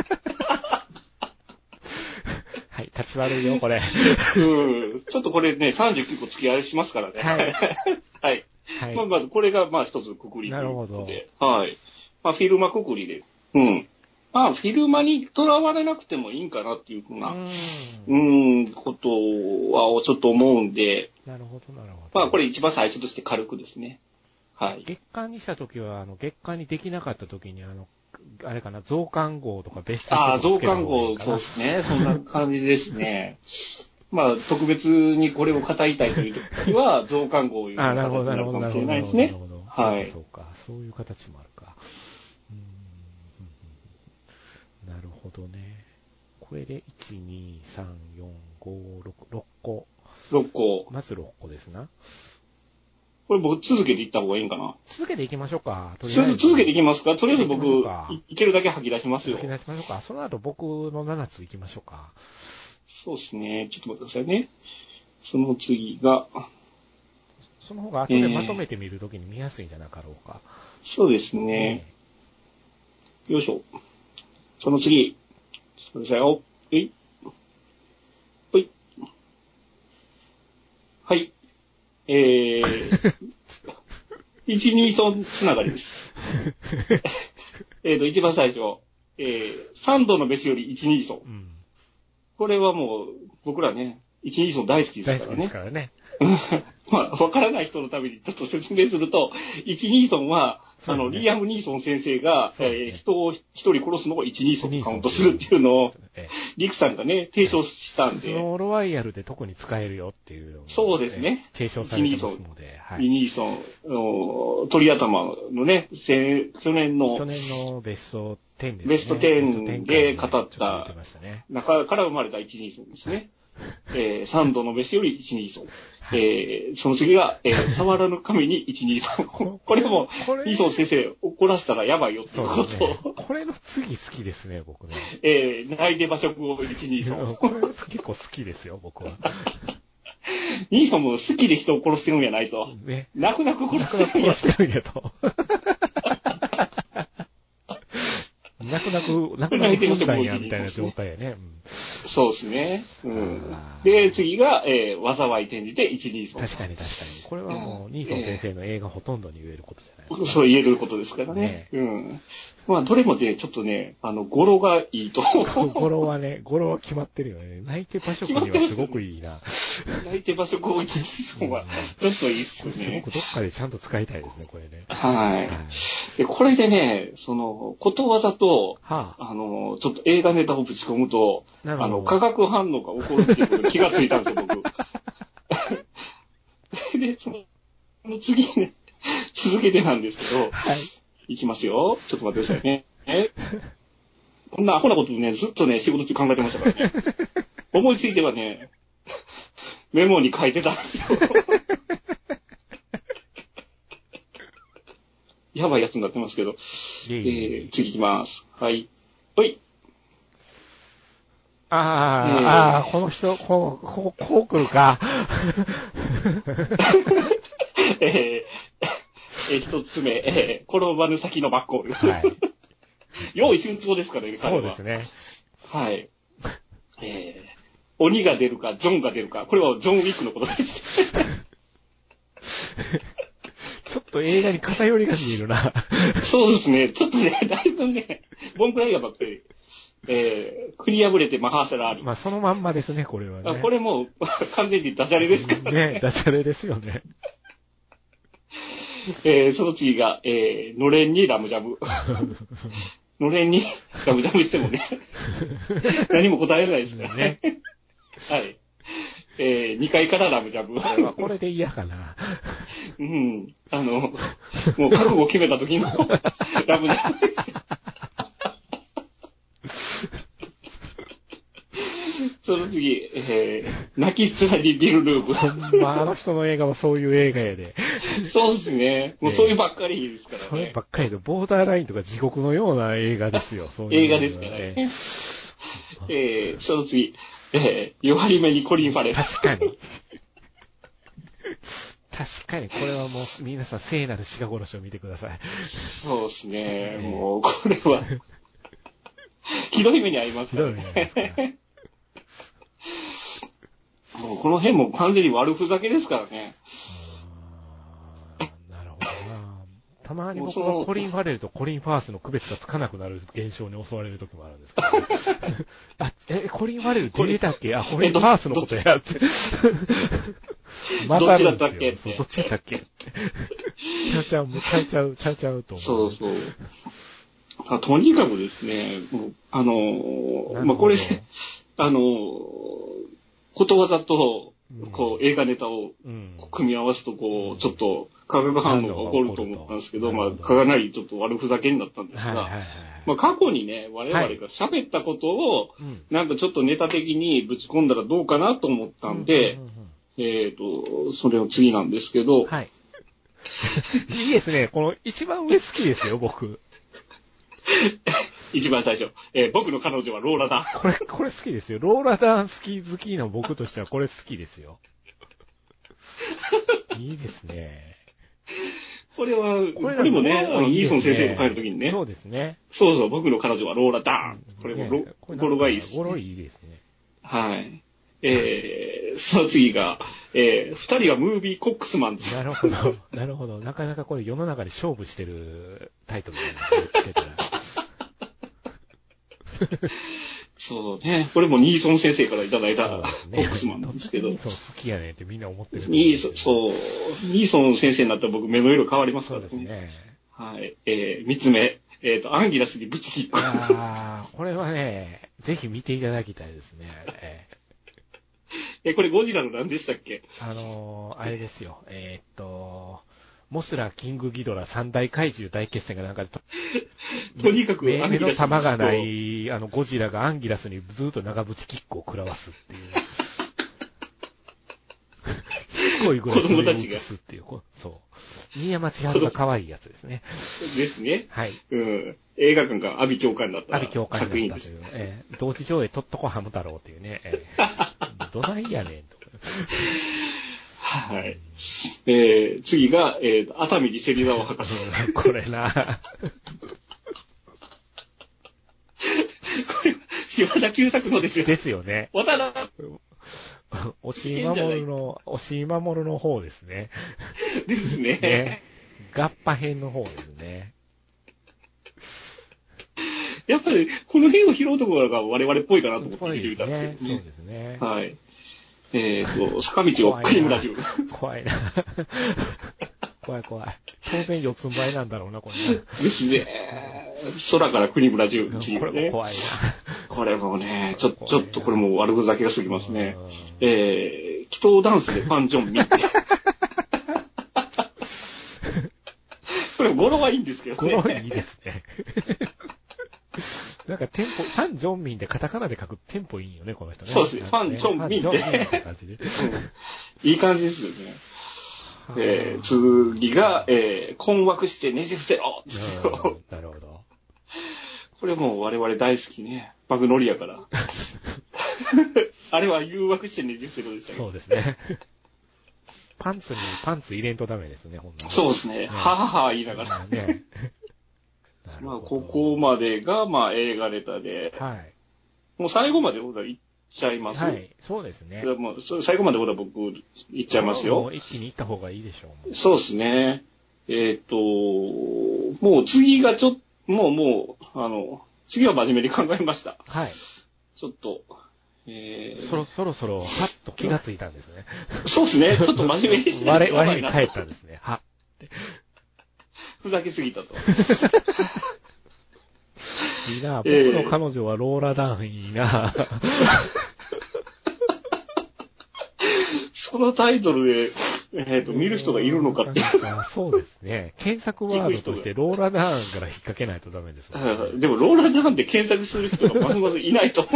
Speaker 1: はい、立ち悪いよ、これ。
Speaker 2: うん。ちょっとこれね、39個付き合いしますからね。
Speaker 1: はい。
Speaker 2: はい。
Speaker 1: はい
Speaker 2: まあ。まあ、これがまあ一つくくりと
Speaker 1: な
Speaker 2: いう
Speaker 1: るほ
Speaker 2: こ
Speaker 1: ど
Speaker 2: とで。はい。まあ、フィルマくくりで。うん。まあ、フィルマにとらわれなくてもいいんかなっていうふうな、
Speaker 1: う。
Speaker 2: うんん、ことは、ちょっと思うんで、
Speaker 1: なるほど、なるほど。
Speaker 2: まあ、これ一番最初として軽くですね。はい。
Speaker 1: 月間にしたときは、あの、月間にできなかったときに、あの、あれかな、増刊号とか別冊
Speaker 2: ああ、
Speaker 1: とか
Speaker 2: 増
Speaker 1: つけた
Speaker 2: 刊
Speaker 1: 方がい
Speaker 2: 号、
Speaker 1: いか
Speaker 2: そう
Speaker 1: な
Speaker 2: ですね。そんな感じですね。 まあ、特別にこれを語りたいという時は、増刊号をいう
Speaker 1: ああ、なるほ
Speaker 2: 形
Speaker 1: ど、な
Speaker 2: にな
Speaker 1: る
Speaker 2: る
Speaker 1: ほ
Speaker 2: か
Speaker 1: ど、なる
Speaker 2: もし
Speaker 1: ほ
Speaker 2: れ
Speaker 1: ど。
Speaker 2: ないですね
Speaker 1: なるほ。ど
Speaker 2: はい
Speaker 1: そ。うか、そうかそういう形もあるか。うーんうんなるほどね。これで、1、2、3、4、5、6、6個。
Speaker 2: 6個。
Speaker 1: まず6個ですな。
Speaker 2: これ僕続けていった方がいいんかな。
Speaker 1: 続けていきましょうか。とりあえ
Speaker 2: 続
Speaker 1: ず。
Speaker 2: けてい
Speaker 1: い
Speaker 2: きますかとりあえず
Speaker 1: 続
Speaker 2: 僕、
Speaker 1: けていきましょう
Speaker 2: いいけるだけ吐き出しますよ
Speaker 1: き。ましょうか。その後僕の7ついきましょうか。
Speaker 2: そうですね。ちょっと待ってくださいね。その次が、
Speaker 1: その方が後でまとめて見るときに見やすいんじゃなかろうか。
Speaker 2: そうですね。よいしょ。その次。ちょっと待ってくださいよ。えい。ほい。はい。え ー、一二三つながりです。えっと、一番最初。えー、三度の飯より一二層
Speaker 1: え。 うん。
Speaker 2: これはもう、僕らね、一二層大好きで
Speaker 1: 大
Speaker 2: す
Speaker 1: 好き
Speaker 2: か
Speaker 1: で
Speaker 2: らね
Speaker 1: す。からね。
Speaker 2: まあ、わからない人のためにちょっと説明すると、1、ニーソンは、
Speaker 1: そ
Speaker 2: あ
Speaker 1: うですね
Speaker 2: の、リアム・ニーソン先生が、
Speaker 1: そうですね
Speaker 2: えー人を一人殺すのを1、ニーソンとカウントするっていうのを、
Speaker 1: ええ
Speaker 2: リクさんがね、提唱したん
Speaker 1: ス
Speaker 2: で、
Speaker 1: ノーロワイヤルで特に使えるよっていうのを
Speaker 2: そうですね
Speaker 1: 提唱されてますので、は
Speaker 2: 2
Speaker 1: い。
Speaker 2: ニーソンの、鳥頭のね、先去
Speaker 1: 去
Speaker 2: 年の
Speaker 1: 年のベスト10ですね。
Speaker 2: ベスト10で語った
Speaker 1: ベスト10にちょと出てましたね。
Speaker 2: 中から生まれた1、ニーソンで すね。えー、三度の飯より1、ニーソン。
Speaker 1: はい
Speaker 2: えー、その次が、えー、触らぬ神に1、ニーソン。これも、
Speaker 1: これ
Speaker 2: ニーソン先生怒らせたらやばいよってい
Speaker 1: そ
Speaker 2: うこ
Speaker 1: うです
Speaker 2: とを、
Speaker 1: ね。これの次好きですね、僕ね。
Speaker 2: えー、泣いて馬食を1、ニーソン。
Speaker 1: これ結構好きですよ、僕 は。
Speaker 2: 兄さんも好きで人を殺してるんやないと。
Speaker 1: ね。
Speaker 2: 泣く泣く殺
Speaker 1: 泣く
Speaker 2: し
Speaker 1: 泣
Speaker 2: てるん
Speaker 1: く
Speaker 2: や。
Speaker 1: 殺してるんやと。 泣く泣く、泣く泣く殺したんや、みたいな状態やね。うん
Speaker 2: そうですね。うん
Speaker 1: あ。ー
Speaker 2: で、次が、えー、災い転じて123。
Speaker 1: 確かに確かに。これはもう、ニーソン先生の映画ほとんどに言えることじゃないですか。
Speaker 2: そう言えることですからね
Speaker 1: ね。
Speaker 2: うん。まあ、どれもね、ちょっとね、あの、語呂がいいと。
Speaker 1: 語呂はね、語呂は決まってるよね。泣いて馬食にはすごくいいな。
Speaker 2: 泣いて馬食を123は、ちょっといいっす
Speaker 1: これすご
Speaker 2: ね。
Speaker 1: くどっかでちゃんと使いたいですね、これね。
Speaker 2: は
Speaker 1: はい
Speaker 2: い。で、これでね、その、ことわざと、
Speaker 1: はあ、
Speaker 2: あの、ちょっと映画ネタをぶち込むと、
Speaker 1: なる
Speaker 2: あ
Speaker 1: ほ
Speaker 2: の、
Speaker 1: ど。
Speaker 2: 化学反応が起こるっていうことに気がついたんですよ、僕。 で、その、その次ね、続けてなんですけど、
Speaker 1: はい。
Speaker 2: いきますよ。ちょっと待ってくださいね。えこんなアホなことね、ずっとね、仕事中考えてましたからね。思いついてはね、メモに書いてたんですよ。 やばいやつになってますけど。
Speaker 1: いえ
Speaker 2: え
Speaker 1: いえいえ
Speaker 2: ー、次いきます。はい。ほい。
Speaker 1: ああ、
Speaker 2: えー
Speaker 1: ああ、この人、こう、こう、こう来るか。
Speaker 2: えー、えー一つ目、えー、転ばぬ先のバッコール。
Speaker 1: はい。
Speaker 2: 用意周到ですからね、彼
Speaker 1: そ
Speaker 2: は。
Speaker 1: うですね。
Speaker 2: はい。えー、鬼が出るか、ジョンが出るか、これはジョン・ウィックのことです。
Speaker 1: ちょっと映画に偏りが見えるな。
Speaker 2: そうですね、ちょっとね、だいぶね、ボンクライガーばっかり、えー、国破れてマハーサラあり。
Speaker 1: まあ、そのまんまですね、これは
Speaker 2: あ
Speaker 1: ね。
Speaker 2: これもう、完全にダジャレですからね。
Speaker 1: ね、ダジャレですよね。
Speaker 2: えー、その次が、えー、のれんにラムジ ャム。のれんにラムジャムしてもね、何も答えないですからね。
Speaker 1: ね。
Speaker 2: はい。えー、2階からラムジャブ。
Speaker 1: これはこれで嫌かな。
Speaker 2: うん。あの、もう覚悟決め た時のラムジャブです。その次、えー、泣きっ面にビルル
Speaker 1: ほ
Speaker 2: ー
Speaker 1: んま、あの人の映画はそういう映画やで。
Speaker 2: ブ。そうですね。もうそういうばっかりですから
Speaker 1: それ
Speaker 2: ね
Speaker 1: ば。っかりで、ボーダーラインとか地獄のような映画です よ。そうい
Speaker 2: 映
Speaker 1: うの
Speaker 2: 画
Speaker 1: は
Speaker 2: ですから
Speaker 1: え
Speaker 2: ね。えー、その次、えー、弱り目にコリン・ファレ
Speaker 1: え
Speaker 2: ル。
Speaker 1: 確かに。確かに、これはもう、皆さん聖なる鹿殺しを見てください。
Speaker 2: そうですね。
Speaker 1: ええ
Speaker 2: もう、これは、ひどい目に遭います
Speaker 1: ひ
Speaker 2: か
Speaker 1: ど
Speaker 2: ら
Speaker 1: いじゃないですか。
Speaker 2: ね。もう、この辺も完全に悪ふざけですからね。
Speaker 1: あーなるほどな。たまに僕はコリン・ファレルとコリン・ファースの区別がつかなくなる現象に襲われる時もあるんですけど、 あ、え、コリン・ファレル出てたっけあ、コリン・ファースのことやって。またあるんですよ。そうど
Speaker 2: ど
Speaker 1: っちだったっけちゃうちゃう、もうちゃうちゃう、ちゃうちゃうと思う。
Speaker 2: そうそう。あとにかくですね、もうあのー
Speaker 1: なるほど
Speaker 2: まあ、これ、あのーことわざと、こう、映画ネタを
Speaker 1: うん。
Speaker 2: 組み合わすと、
Speaker 1: う
Speaker 2: こ
Speaker 1: ん
Speaker 2: う、ちょっと化学反応が起こると思ったんですけど、
Speaker 1: な
Speaker 2: ま
Speaker 1: る
Speaker 2: あ、
Speaker 1: ほど
Speaker 2: かなりちょっと悪ふざけになったんです
Speaker 1: はいはいは
Speaker 2: が、
Speaker 1: い。
Speaker 2: まあ、過去にね、我々が喋ったことを、
Speaker 1: うん
Speaker 2: なんかちょっとネタ的にぶち込んだらどうかなと思ったんで、
Speaker 1: うううん
Speaker 2: えっ、と、それを次なんですけど、
Speaker 1: はい。 いいですね。この一番上好きですよ、僕。
Speaker 2: 一番最初、えー僕の彼女はローラだ。
Speaker 1: これ、これ好きですよ。ローラダンスキー好きの僕としてはこれ好きですよ。いいですね。
Speaker 2: これは、これ
Speaker 1: なんか
Speaker 2: もね、
Speaker 1: こ
Speaker 2: あの、
Speaker 1: いい
Speaker 2: イー
Speaker 1: です
Speaker 2: ソン先生の書いた時にね、そ
Speaker 1: そううですね。
Speaker 2: そう僕の彼女はローラだ。これもロ、
Speaker 1: ねこれなんか
Speaker 2: 語呂がいいです、
Speaker 1: 語呂いいですね。
Speaker 2: はい。えー、その次が、えー、二人はムービーコックスマンです。
Speaker 1: なるほど。なるほど。なかなかこれ世の中で勝負してるタイトルだなこれつけたら。
Speaker 2: そうね。これもニーソン先生からいただいたコ
Speaker 1: そうね
Speaker 2: ックスマンなんですけど。
Speaker 1: ニーソン好きやねんってみんな思ってると思うん
Speaker 2: ニ
Speaker 1: で
Speaker 2: ー
Speaker 1: す
Speaker 2: ソ
Speaker 1: よ
Speaker 2: ン、そう。ニーソン先生になったら僕目の色変わりますか
Speaker 1: そう
Speaker 2: ら
Speaker 1: ですね。
Speaker 2: はい。えー、三つ目。えっ、と、アンギラスにブチキッ
Speaker 1: い
Speaker 2: ク。
Speaker 1: やーこれはね、ぜひ見ていただきたいですね。え
Speaker 2: え、これゴジラの何でしたっけ
Speaker 1: ーあのーあれですよ。えーっと、モスラ、キングギドラ、三大怪獣大決戦がなんか、
Speaker 2: とにかく
Speaker 1: 目
Speaker 2: アン
Speaker 1: 目
Speaker 2: ギラス
Speaker 1: の
Speaker 2: に
Speaker 1: 玉がない、あの、ゴジラがアンギラスにずっと長渕キックを食らわすっていう。しつこいぐらいそれを映すっていう、こうそう。新山千春が可愛いやつですね。
Speaker 2: ですね。
Speaker 1: はい。
Speaker 2: うん。映画館が阿ビ教官だった
Speaker 1: ある教会
Speaker 2: 作
Speaker 1: に
Speaker 2: 品
Speaker 1: なっ
Speaker 2: で
Speaker 1: たと
Speaker 2: す
Speaker 1: い。う、えー同時上映とっとこハム太郎っていうね、え ーどないやねんと。
Speaker 2: はい。えー、次が、えー、熱海にセリザを博士。
Speaker 1: これな、
Speaker 2: これ、島田久作のですよ。
Speaker 1: ですよね。
Speaker 2: 渡田、
Speaker 1: 押井守の、押井守の方ですね。
Speaker 2: ですね。
Speaker 1: ね。ガッパ編の方ですね。
Speaker 2: やっぱり、この辺を拾うところが我々っぽいかなと思
Speaker 1: こ
Speaker 2: って
Speaker 1: れ
Speaker 2: 見て
Speaker 1: いいで
Speaker 2: みた
Speaker 1: す
Speaker 2: んですけ
Speaker 1: ね。そう
Speaker 2: どね。
Speaker 1: ですね。
Speaker 2: はい。えー、と、坂道を栗村中。
Speaker 1: 怖いな。怖い怖い。当然四つん這いなんだろうな、これな。
Speaker 2: ですね。空から国村中チー
Speaker 1: こ
Speaker 2: ム
Speaker 1: れも
Speaker 2: ね。
Speaker 1: 怖い
Speaker 2: これもね、ちょ、
Speaker 1: 怖い
Speaker 2: ちょっとこれもう悪ふざけが過ぎますね
Speaker 1: うん。
Speaker 2: えー、祈祷ダンスでファンジョン ミン。これ語呂はいいんですけど
Speaker 1: な。
Speaker 2: ね。
Speaker 1: これいいですね。 なんかテンポ、ファン・ジョンミンでカタカナで書くテンポいいよね、この人ね。
Speaker 2: そうですね
Speaker 1: なんか
Speaker 2: ファンジョンミンって
Speaker 1: ファジョンミンって感じで。
Speaker 2: うんいい感じですよね。 えー、次が、えー、困惑してねじ伏せろ。
Speaker 1: うんなるほど。
Speaker 2: これもう我々大好きね。バグノリや から。あれは誘惑してねじ伏せろでしたけど
Speaker 1: そうですね。パンツにパンツ入れんとダメですね、ほんなら
Speaker 2: そうですね。ははは言いながら。
Speaker 1: まあね。なる
Speaker 2: まあ、
Speaker 1: ほど
Speaker 2: ここまでが、まあ、映画ネタで、
Speaker 1: はい。
Speaker 2: もう最後までほら、行っちゃいます。
Speaker 1: はい、そうですね。
Speaker 2: もうそ最後までほら、僕、行っちゃいます
Speaker 1: も
Speaker 2: よ。
Speaker 1: う一気に行った方がいいでしょうもう。
Speaker 2: そうですね。えっ、と、もう次がちょっと、もうもう、あの、次は真面目に考えました。
Speaker 1: はい。
Speaker 2: ちょっと、えー、
Speaker 1: そろそろそろ、はっと気がついたんです ね。
Speaker 2: そうですね。ちょっと真面目にして
Speaker 1: 我、我に帰ったんですね。は。
Speaker 2: ふざけすぎたと。
Speaker 1: いいな僕
Speaker 2: ええ
Speaker 1: の彼女はローラダウンいいな
Speaker 2: そのタイトルで、えっ、と、見る人がいるのかっていう。
Speaker 1: なんかそうですね。検索ワードとしてローラダウンから引っ掛けないとダメですもんね、
Speaker 2: うん でも、ローラーダウンで検索する人がまずまずいないと 思う。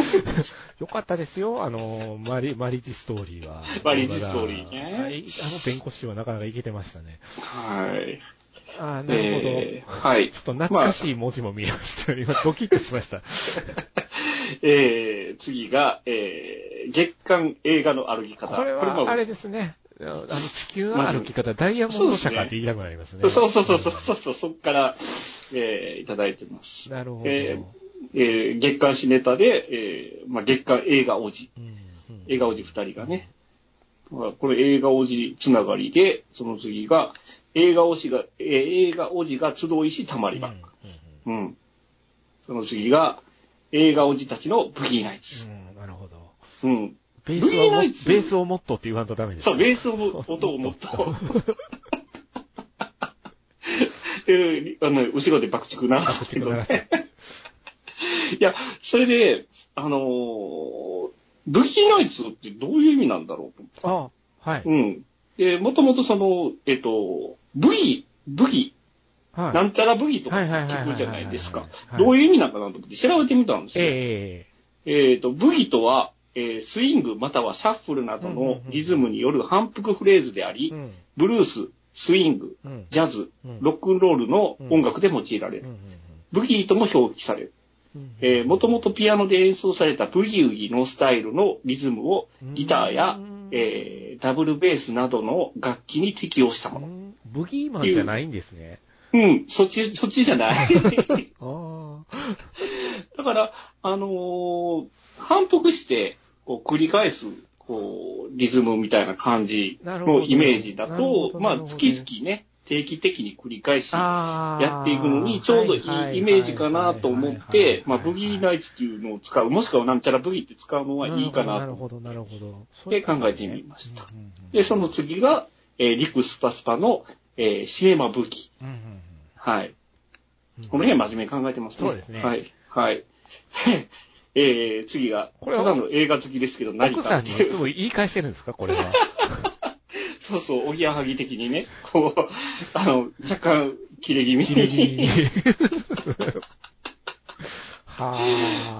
Speaker 1: よかったですよ、あの、マリ、マリッジストーリーは。
Speaker 2: マリッジストーリーね
Speaker 1: はいあの弁護士はなかなかいけてましたね。
Speaker 2: はい。
Speaker 1: ああ、なるほど。
Speaker 2: えーはい
Speaker 1: ちょっと懐かしい文字も見えました。今、ドキッとしました。
Speaker 2: えー、次が、えー、月間映画の歩き方。
Speaker 1: これ
Speaker 2: ま
Speaker 1: は、あれですね。あの、地球の歩き方、ダイヤモンド社かって言いたくなりますね。
Speaker 2: そうそうそうそうそうそう、そっから、えー、いただいてます。
Speaker 1: なるほど。
Speaker 2: えーえー月間誌ネタで、えーまあ、月間映画おじ、
Speaker 1: うんうん
Speaker 2: 映画おじ二人がね、まあこれ映画おじつながりで、その次が、映画おじが、えー映画おじが集いしたまり場。うん。その次が、映画おじたちのブギーナイツ。
Speaker 1: うんうんなるほど。
Speaker 2: うん。
Speaker 1: ベースはも、ベ
Speaker 2: ブリーナイツ
Speaker 1: ースをもっとって言わんとダメです
Speaker 2: そ
Speaker 1: ね。
Speaker 2: う、ベースをも、音をもっと。で、あの、後ろで爆竹流
Speaker 1: 爆
Speaker 2: す
Speaker 1: 竹
Speaker 2: けど
Speaker 1: 流す。
Speaker 2: いや、それで、あのーブギーナイツってどういう意味なんだろう
Speaker 1: ああ、はい
Speaker 2: と。。うん。で、もともとその、えっと、ブギ、ブギ、
Speaker 1: はい。
Speaker 2: なんちゃらブギとか
Speaker 1: はいはいはいはい
Speaker 2: 聞くじゃないですか
Speaker 1: はいはいは。い
Speaker 2: どういう意味なのかなと思って調べてみたんですよ。
Speaker 1: え
Speaker 2: えっ、と、ブギとは、えースイングまたはシャッフルなどのリズムによる反復フレーズであ
Speaker 1: え
Speaker 2: り、
Speaker 1: うん。
Speaker 2: ブルース、スイング、
Speaker 1: うん。
Speaker 2: ジャズ
Speaker 1: うん、
Speaker 2: ロックンロールの音楽で用いられ
Speaker 1: うん
Speaker 2: る。
Speaker 1: うん
Speaker 2: ブギーとも表記される。
Speaker 1: うん
Speaker 2: えー、もともとピアノで演奏されたブギウギのスタイルのリズムをギターや
Speaker 1: うん、
Speaker 2: えーダブルベースなどの楽器に適用した
Speaker 1: う
Speaker 2: もの。
Speaker 1: んブギーマンじゃないんですね。
Speaker 2: うん、そっち、そっちじ ゃない。
Speaker 1: ああ。
Speaker 2: だから、あのー反復して、こう、繰り返す、こう、リズムみたいな感じ
Speaker 1: なるほど
Speaker 2: のイメージだ
Speaker 1: なるほ
Speaker 2: と、
Speaker 1: ど
Speaker 2: ま
Speaker 1: な
Speaker 2: あ
Speaker 1: る、ほど
Speaker 2: 月々ね、定期的に繰り返し、や
Speaker 1: ああ。
Speaker 2: っていくのに、ちょうどいいイメージかなと思って、まあ、ブギーナ
Speaker 1: イ
Speaker 2: イツっていうのを使う、もしくはなんちゃらブギーって使うのはいいかな
Speaker 1: な
Speaker 2: と
Speaker 1: るほど、なるほど。そうい
Speaker 2: で
Speaker 1: うこ
Speaker 2: 考
Speaker 1: と
Speaker 2: え
Speaker 1: ね
Speaker 2: てみました。
Speaker 1: うんうんうん
Speaker 2: で、その次が、えーリクスパスパの、えーシネマ武器。
Speaker 1: うんうん
Speaker 2: はい。
Speaker 1: うん
Speaker 2: この辺真面目に考えてますね。
Speaker 1: そうですね
Speaker 2: はい。はい。 えー、次が、
Speaker 1: これは
Speaker 2: ただの映画好きですけど、何
Speaker 1: 奥
Speaker 2: か
Speaker 1: さ
Speaker 2: っ
Speaker 1: ん
Speaker 2: て
Speaker 1: にい
Speaker 2: い
Speaker 1: つ
Speaker 2: う。
Speaker 1: も言い返してるんですか、これは。
Speaker 2: そうそう、おぎやはぎ的にね、こう、あの、若干、切れ気味に。
Speaker 1: キレ気味は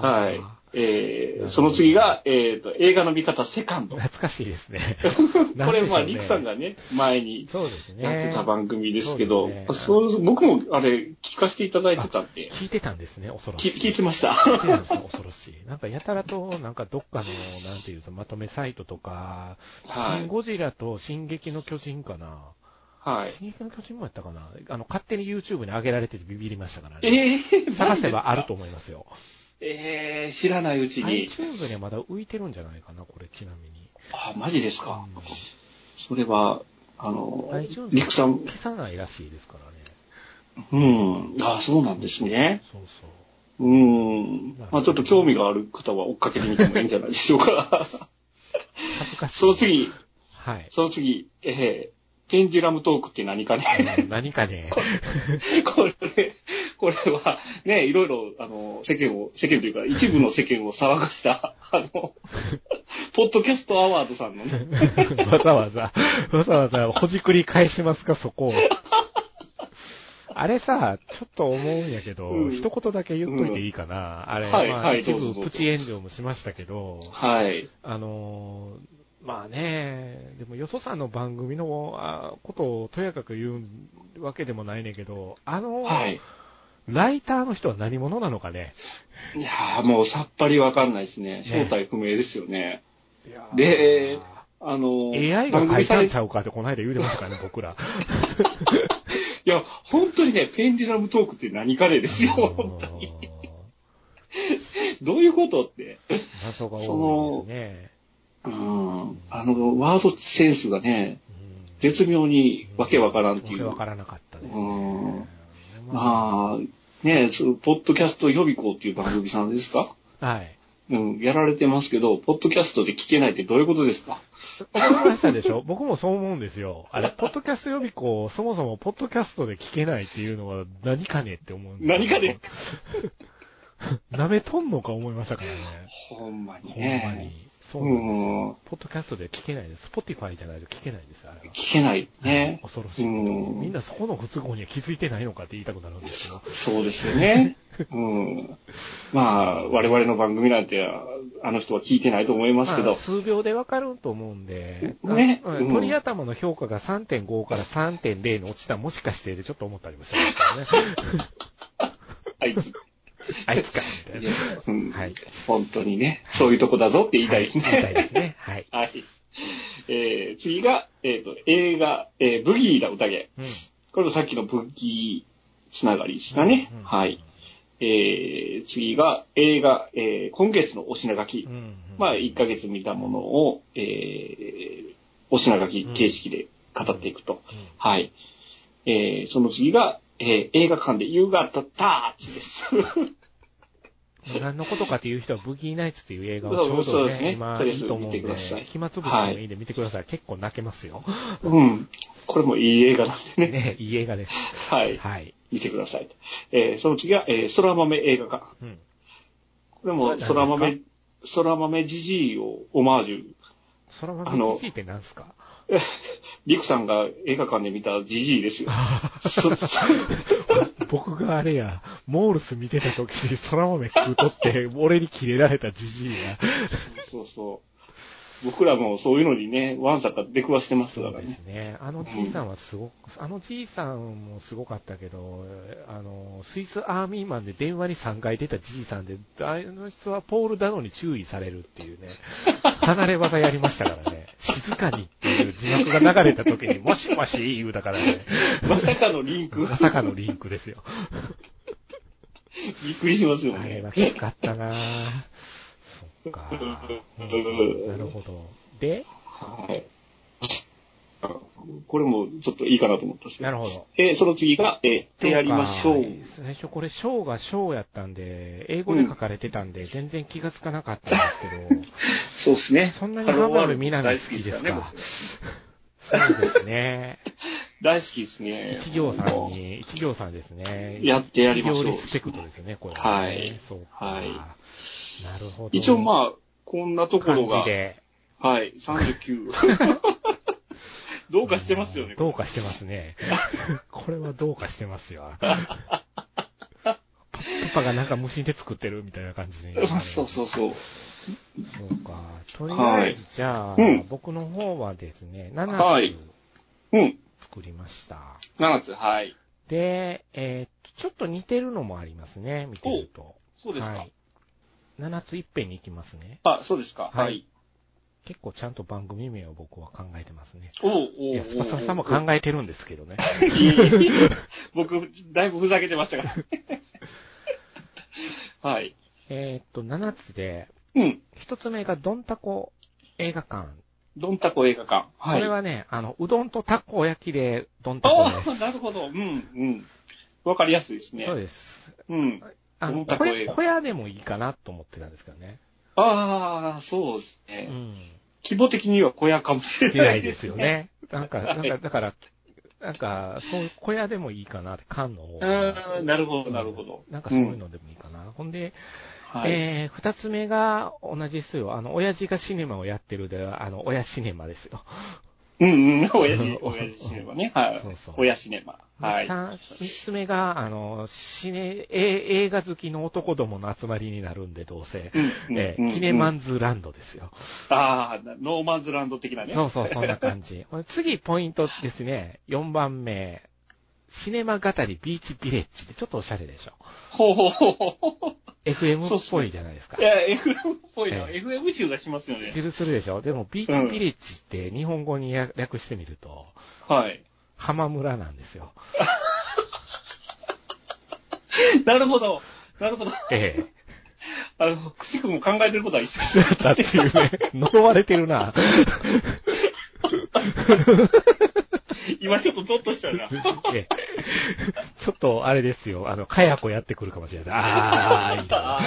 Speaker 1: あ。
Speaker 2: はい。え
Speaker 1: ほ
Speaker 2: ー、
Speaker 1: ど
Speaker 2: その次が、えっ、と、映画の見方セカン ド。こ
Speaker 1: 懐かしいですね。
Speaker 2: れ、まあ、
Speaker 1: なんでしょうね
Speaker 2: リクさんがね、前に
Speaker 1: そうですね。
Speaker 2: やってた番組ですけ
Speaker 1: そう
Speaker 2: ど、
Speaker 1: ですね
Speaker 2: そう僕も、あれ、聞かせていただいてたんで、
Speaker 1: 聞いてたんですね、恐ろし
Speaker 2: き
Speaker 1: い。
Speaker 2: 聞いてました。
Speaker 1: 聞いてたんですよ恐ろしい。なんかやたらと、なんかどっかの、なんていうと、まとめサイトとか、
Speaker 2: はい
Speaker 1: シン・ゴジラと進撃の巨人かな。
Speaker 2: はい。
Speaker 1: 進撃の巨人もやったかな。あの、勝手に YouTube に上げられててビビりましたからね。
Speaker 2: えー、
Speaker 1: 探せばある
Speaker 2: と。
Speaker 1: と思いますよ。
Speaker 2: えー、知らないうちに。
Speaker 1: iTunes にはまだ浮いてるんじゃないかな、これ、ちなみに。
Speaker 2: あ、マジですか。
Speaker 1: うん
Speaker 2: それは、あの、
Speaker 1: iTunes
Speaker 2: リクさん、
Speaker 1: 消さないらしいですからね。
Speaker 2: うん、あそうなんですね。
Speaker 1: そうそう。
Speaker 2: うん。まあちょっと興味がある方は追っかけてみてもいいんじゃないでしょう か。
Speaker 1: 恥ずかしい。
Speaker 2: その。次、
Speaker 1: はい。
Speaker 2: その次、えー、ペンデュラムトークって何か ね。
Speaker 1: 何かね、
Speaker 2: これ、これは、ね、いろいろ、あの、世間を、世間というか、一部の世間を騒がした、あ の、ポッドキャストアワードさんの ね、
Speaker 1: わざわざ、わざわざほじくり返しますか、そこを。あれさ、ちょっと思うんやけど、
Speaker 2: うん
Speaker 1: 一言だけ言っといていいかな。あれ、
Speaker 2: はい
Speaker 1: まあ
Speaker 2: はい
Speaker 1: 一
Speaker 2: どうぞどう
Speaker 1: 部
Speaker 2: ぞ
Speaker 1: プチ炎上もしましたけど、
Speaker 2: はい。
Speaker 1: あのーまあね、でもよそさんの番組のあことをとやかく言うわけでもないねんけど、あの、
Speaker 2: はい。
Speaker 1: ライターの人は何者なのかね。
Speaker 2: いやーもうさっぱりわかんないですね。
Speaker 1: ね
Speaker 2: 正体不明ですよね。
Speaker 1: いやー
Speaker 2: であの、
Speaker 1: AI が書いたんちゃうかってこの間言うてましたからね、 僕ら。
Speaker 2: いや、本当にね、ペンデュラムトークって何かねですよ。本当にどういうことって。
Speaker 1: 謎が多いですね。
Speaker 2: うん。あの、ワードセンスがね、
Speaker 1: うん
Speaker 2: 絶妙にわけわからんってい
Speaker 1: わ
Speaker 2: う。
Speaker 1: けわからなかったですね
Speaker 2: うん。
Speaker 1: ま
Speaker 2: まあ、ね、そうポッドキャスト予備校っていう番組さんですか
Speaker 1: あ、はい。
Speaker 2: うん、やられてますけど、ポッドキャストで聞けないってどういうことですか
Speaker 1: 思いましたでしょ 僕もそう思うんですよ。あれ、ポッドキャスト予備校、そもそもポッドキャストで聞けないっていうのは何かねって思うんですよ
Speaker 2: 何かね
Speaker 1: 舐めとんのか思いましたからね。
Speaker 2: ほんまに
Speaker 1: ほんま
Speaker 2: ね。
Speaker 1: に。そうなんです
Speaker 2: うん
Speaker 1: よ。ポッドキャストで聞けないです。スポティファイじゃないと聞けないんですよ、あれは。
Speaker 2: 聞けないね。
Speaker 1: 恐ろしいことに
Speaker 2: うん
Speaker 1: みんなそこの不都合には気づいてないのかって言いたくなるんですけど。
Speaker 2: そうです よね。うん。まあ、我々の番組なんて、あの人は聞いてないと思いますけ
Speaker 1: ま
Speaker 2: ど
Speaker 1: あ、数秒でわかると思うんで、
Speaker 2: ね
Speaker 1: あう
Speaker 2: うん
Speaker 1: ん鳥頭の評価が3.5から3.0に落ちたもしかしてでちょっと思ったりもしたんですけどね。
Speaker 2: あいつ。
Speaker 1: あいつか、みたいな。
Speaker 2: うん
Speaker 1: はい
Speaker 2: 本当にね、そういうとこだぞって言いたいです
Speaker 1: は言いたい
Speaker 2: ね。
Speaker 1: ですね。はい。
Speaker 2: はい。えー、次が、えっ、と、映画、えー、ブギーだ宴。
Speaker 1: うん。
Speaker 2: これもさっきのブギーつながりですかね。
Speaker 1: うん
Speaker 2: はい。。えー、次が映画、えー、今月のお品書き。
Speaker 1: うんうん。
Speaker 2: まあ、1ヶ月見たものを、えー、お品書き形式で語っていくと。
Speaker 1: うん
Speaker 2: はい。えー、その次が、えー、映画館で夕方タッ チです。
Speaker 1: 何のことかっていう人は、ブギーナイツっていう映画をちょう
Speaker 2: そ
Speaker 1: ど
Speaker 2: うで
Speaker 1: ね、
Speaker 2: すね
Speaker 1: 今
Speaker 2: とりあえ
Speaker 1: い
Speaker 2: ず
Speaker 1: いと思うんで
Speaker 2: 見てください、
Speaker 1: 暇つぶしでもいいんで見てください。結構 泣けますよ。
Speaker 2: うん。これもいい映画なんでね。
Speaker 1: ね、いい映画です。
Speaker 2: はい。
Speaker 1: はい。
Speaker 2: 見てください。えーその次は、えー、空豆映画化。
Speaker 1: うん。
Speaker 2: これも、
Speaker 1: これ
Speaker 2: 空
Speaker 1: は何
Speaker 2: 豆、空豆じじいをオマージュ。
Speaker 1: 空
Speaker 2: あ
Speaker 1: 豆
Speaker 2: の
Speaker 1: じじいって何すか
Speaker 2: リクさんが映画館で見たじじ いですよ。そ
Speaker 1: 僕があれや、モールス見てた時に空豆食うと って、俺にキレられたじじいや。
Speaker 2: そうそう。僕らもそういうのにね、わんさか出くわしてますか
Speaker 1: そう
Speaker 2: ら
Speaker 1: で
Speaker 2: ね
Speaker 1: す。ね。あのじいさんはすごく、あのじいさんもすごかったけど、あの、スイスアーミーマンで電話に3回出たじいさんで、あの人はポール・ダノに注意されるっていうね、離れ技やりましたからね。静かにっていう字幕が流れた時に、もしもし言うたからね、
Speaker 2: まさかのリンク、
Speaker 1: まさかのリンクですよ。
Speaker 2: びっくりしますよ
Speaker 1: あれ
Speaker 2: ね
Speaker 1: は。きつかったなぁ。そっか。なるほど。で、
Speaker 2: はい。あこれもちょっといいかなと思ったんですけ
Speaker 1: な
Speaker 2: ど。
Speaker 1: るほど。
Speaker 2: えーその次が、えー、手やりましょう。
Speaker 1: 最初これ、ショーがショーやったんで、英語で書かれてたんで、全然気がつかなかったんですけど、
Speaker 2: そうです ね。
Speaker 1: そんなにハマる南好きですかそうですね。
Speaker 2: 大好きですね。
Speaker 1: 一行さんに、一行さんですね。
Speaker 2: やってやりましょう
Speaker 1: 一行リスペクトですよね、これ、ね。
Speaker 2: はい
Speaker 1: そうか。
Speaker 2: はい
Speaker 1: なるほど。
Speaker 2: 一応
Speaker 1: あ、
Speaker 2: まあ、こんなところ
Speaker 1: 感
Speaker 2: が
Speaker 1: じ、で。
Speaker 2: はい、39。どうかしてますよね。
Speaker 1: どうかしてます ね。これはどうかしてますよ。パパパがなんか無心で作ってるみたいな感じに。
Speaker 2: そうそうそう。
Speaker 1: そうか。とりあえず、じゃあ、
Speaker 2: うん
Speaker 1: 僕の方はですね、
Speaker 2: は
Speaker 1: 7
Speaker 2: い
Speaker 1: つ
Speaker 2: うん。
Speaker 1: 作りました。
Speaker 2: 7つ、はい。
Speaker 1: で、えーっと、ちょっと似てるのもありますね、見てると。
Speaker 2: そうですか。
Speaker 1: はい。7ついっぺんに行きますね。
Speaker 2: あ、そうですか。
Speaker 1: はい
Speaker 2: はい。
Speaker 1: 結構ちゃんと番組名を僕は考えてますね。
Speaker 2: おうおうお
Speaker 1: い
Speaker 2: う
Speaker 1: や、スパサさんも考えてるんですけど ね。
Speaker 2: 僕、だいぶふざけてました から。はい。
Speaker 1: えーっと、7つで、
Speaker 2: うん。
Speaker 1: 1つ目がドンタコ映画館。
Speaker 2: どんたこ映画館。はい。
Speaker 1: これはね、あの、うどんとたこ焼きでドンタコ
Speaker 2: あ
Speaker 1: で
Speaker 2: あ、
Speaker 1: す。
Speaker 2: なるほど。うん、うん。わかりやすいですね。
Speaker 1: そうです。
Speaker 2: うん。
Speaker 1: あ
Speaker 2: ど
Speaker 1: の、
Speaker 2: んたこ
Speaker 1: 小
Speaker 2: 映
Speaker 1: 屋
Speaker 2: 画
Speaker 1: 小屋でもいいかなと思ってたんですけどね。
Speaker 2: ああ、そうです
Speaker 1: う
Speaker 2: ね。
Speaker 1: ん。
Speaker 2: 規模的には小屋かもしれ
Speaker 1: 出な
Speaker 2: ないい
Speaker 1: で
Speaker 2: ですす
Speaker 1: よ
Speaker 2: ね。
Speaker 1: ね。なんか、なんか、だから、なんか、そういう小屋でもいいかなって、缶の方が。
Speaker 2: ああ、なるほど、なるほど。
Speaker 1: なんかそういうのでもいいかな。ほんで、
Speaker 2: はい。
Speaker 1: えー、二つ目が同じですよ。あの、親父がシネマをやってるで、あの、親シネマですよ。
Speaker 2: うんうん、
Speaker 1: う
Speaker 2: 親
Speaker 1: ん
Speaker 2: 父、親父シネマね。はい。
Speaker 1: そうそう
Speaker 2: 親シネマ。は
Speaker 1: で
Speaker 2: い。あ
Speaker 1: 三三つ目が、あの、シネ、え映画好きの男どもの集まりになるんで、どうせ。
Speaker 2: うん
Speaker 1: え
Speaker 2: うんう
Speaker 1: ー、
Speaker 2: ん
Speaker 1: キネマンズランドですよ。
Speaker 2: あ、ノーマンズランド的なね。
Speaker 1: そうそう、そんな感 じ。ほんで次、ポイントですね。4番目。シネマ語りビーチビレッジでちょっとおしゃれでしょ。
Speaker 2: ほうほうほうほ
Speaker 1: FM
Speaker 2: そうっ
Speaker 1: っ
Speaker 2: す
Speaker 1: ぽ
Speaker 2: ね
Speaker 1: いじゃないですか
Speaker 2: う。い。や、FM っ ぽいな。
Speaker 1: え
Speaker 2: FM 集がしますよね
Speaker 1: す。るするでしょ。でも、ビーチビレッジって日本語にや略してみると、
Speaker 2: はい。
Speaker 1: 浜村なんですよ。
Speaker 2: なるほど。なるほど。
Speaker 1: え
Speaker 2: あの、くしくも考えてることは一緒
Speaker 1: え。だっていうね、呪われてるな。
Speaker 2: 今ちょっとゾッとしたな。
Speaker 1: ええちょっと、あれですよ。あの、かやこやってくるかもしれない。あー、みたいな。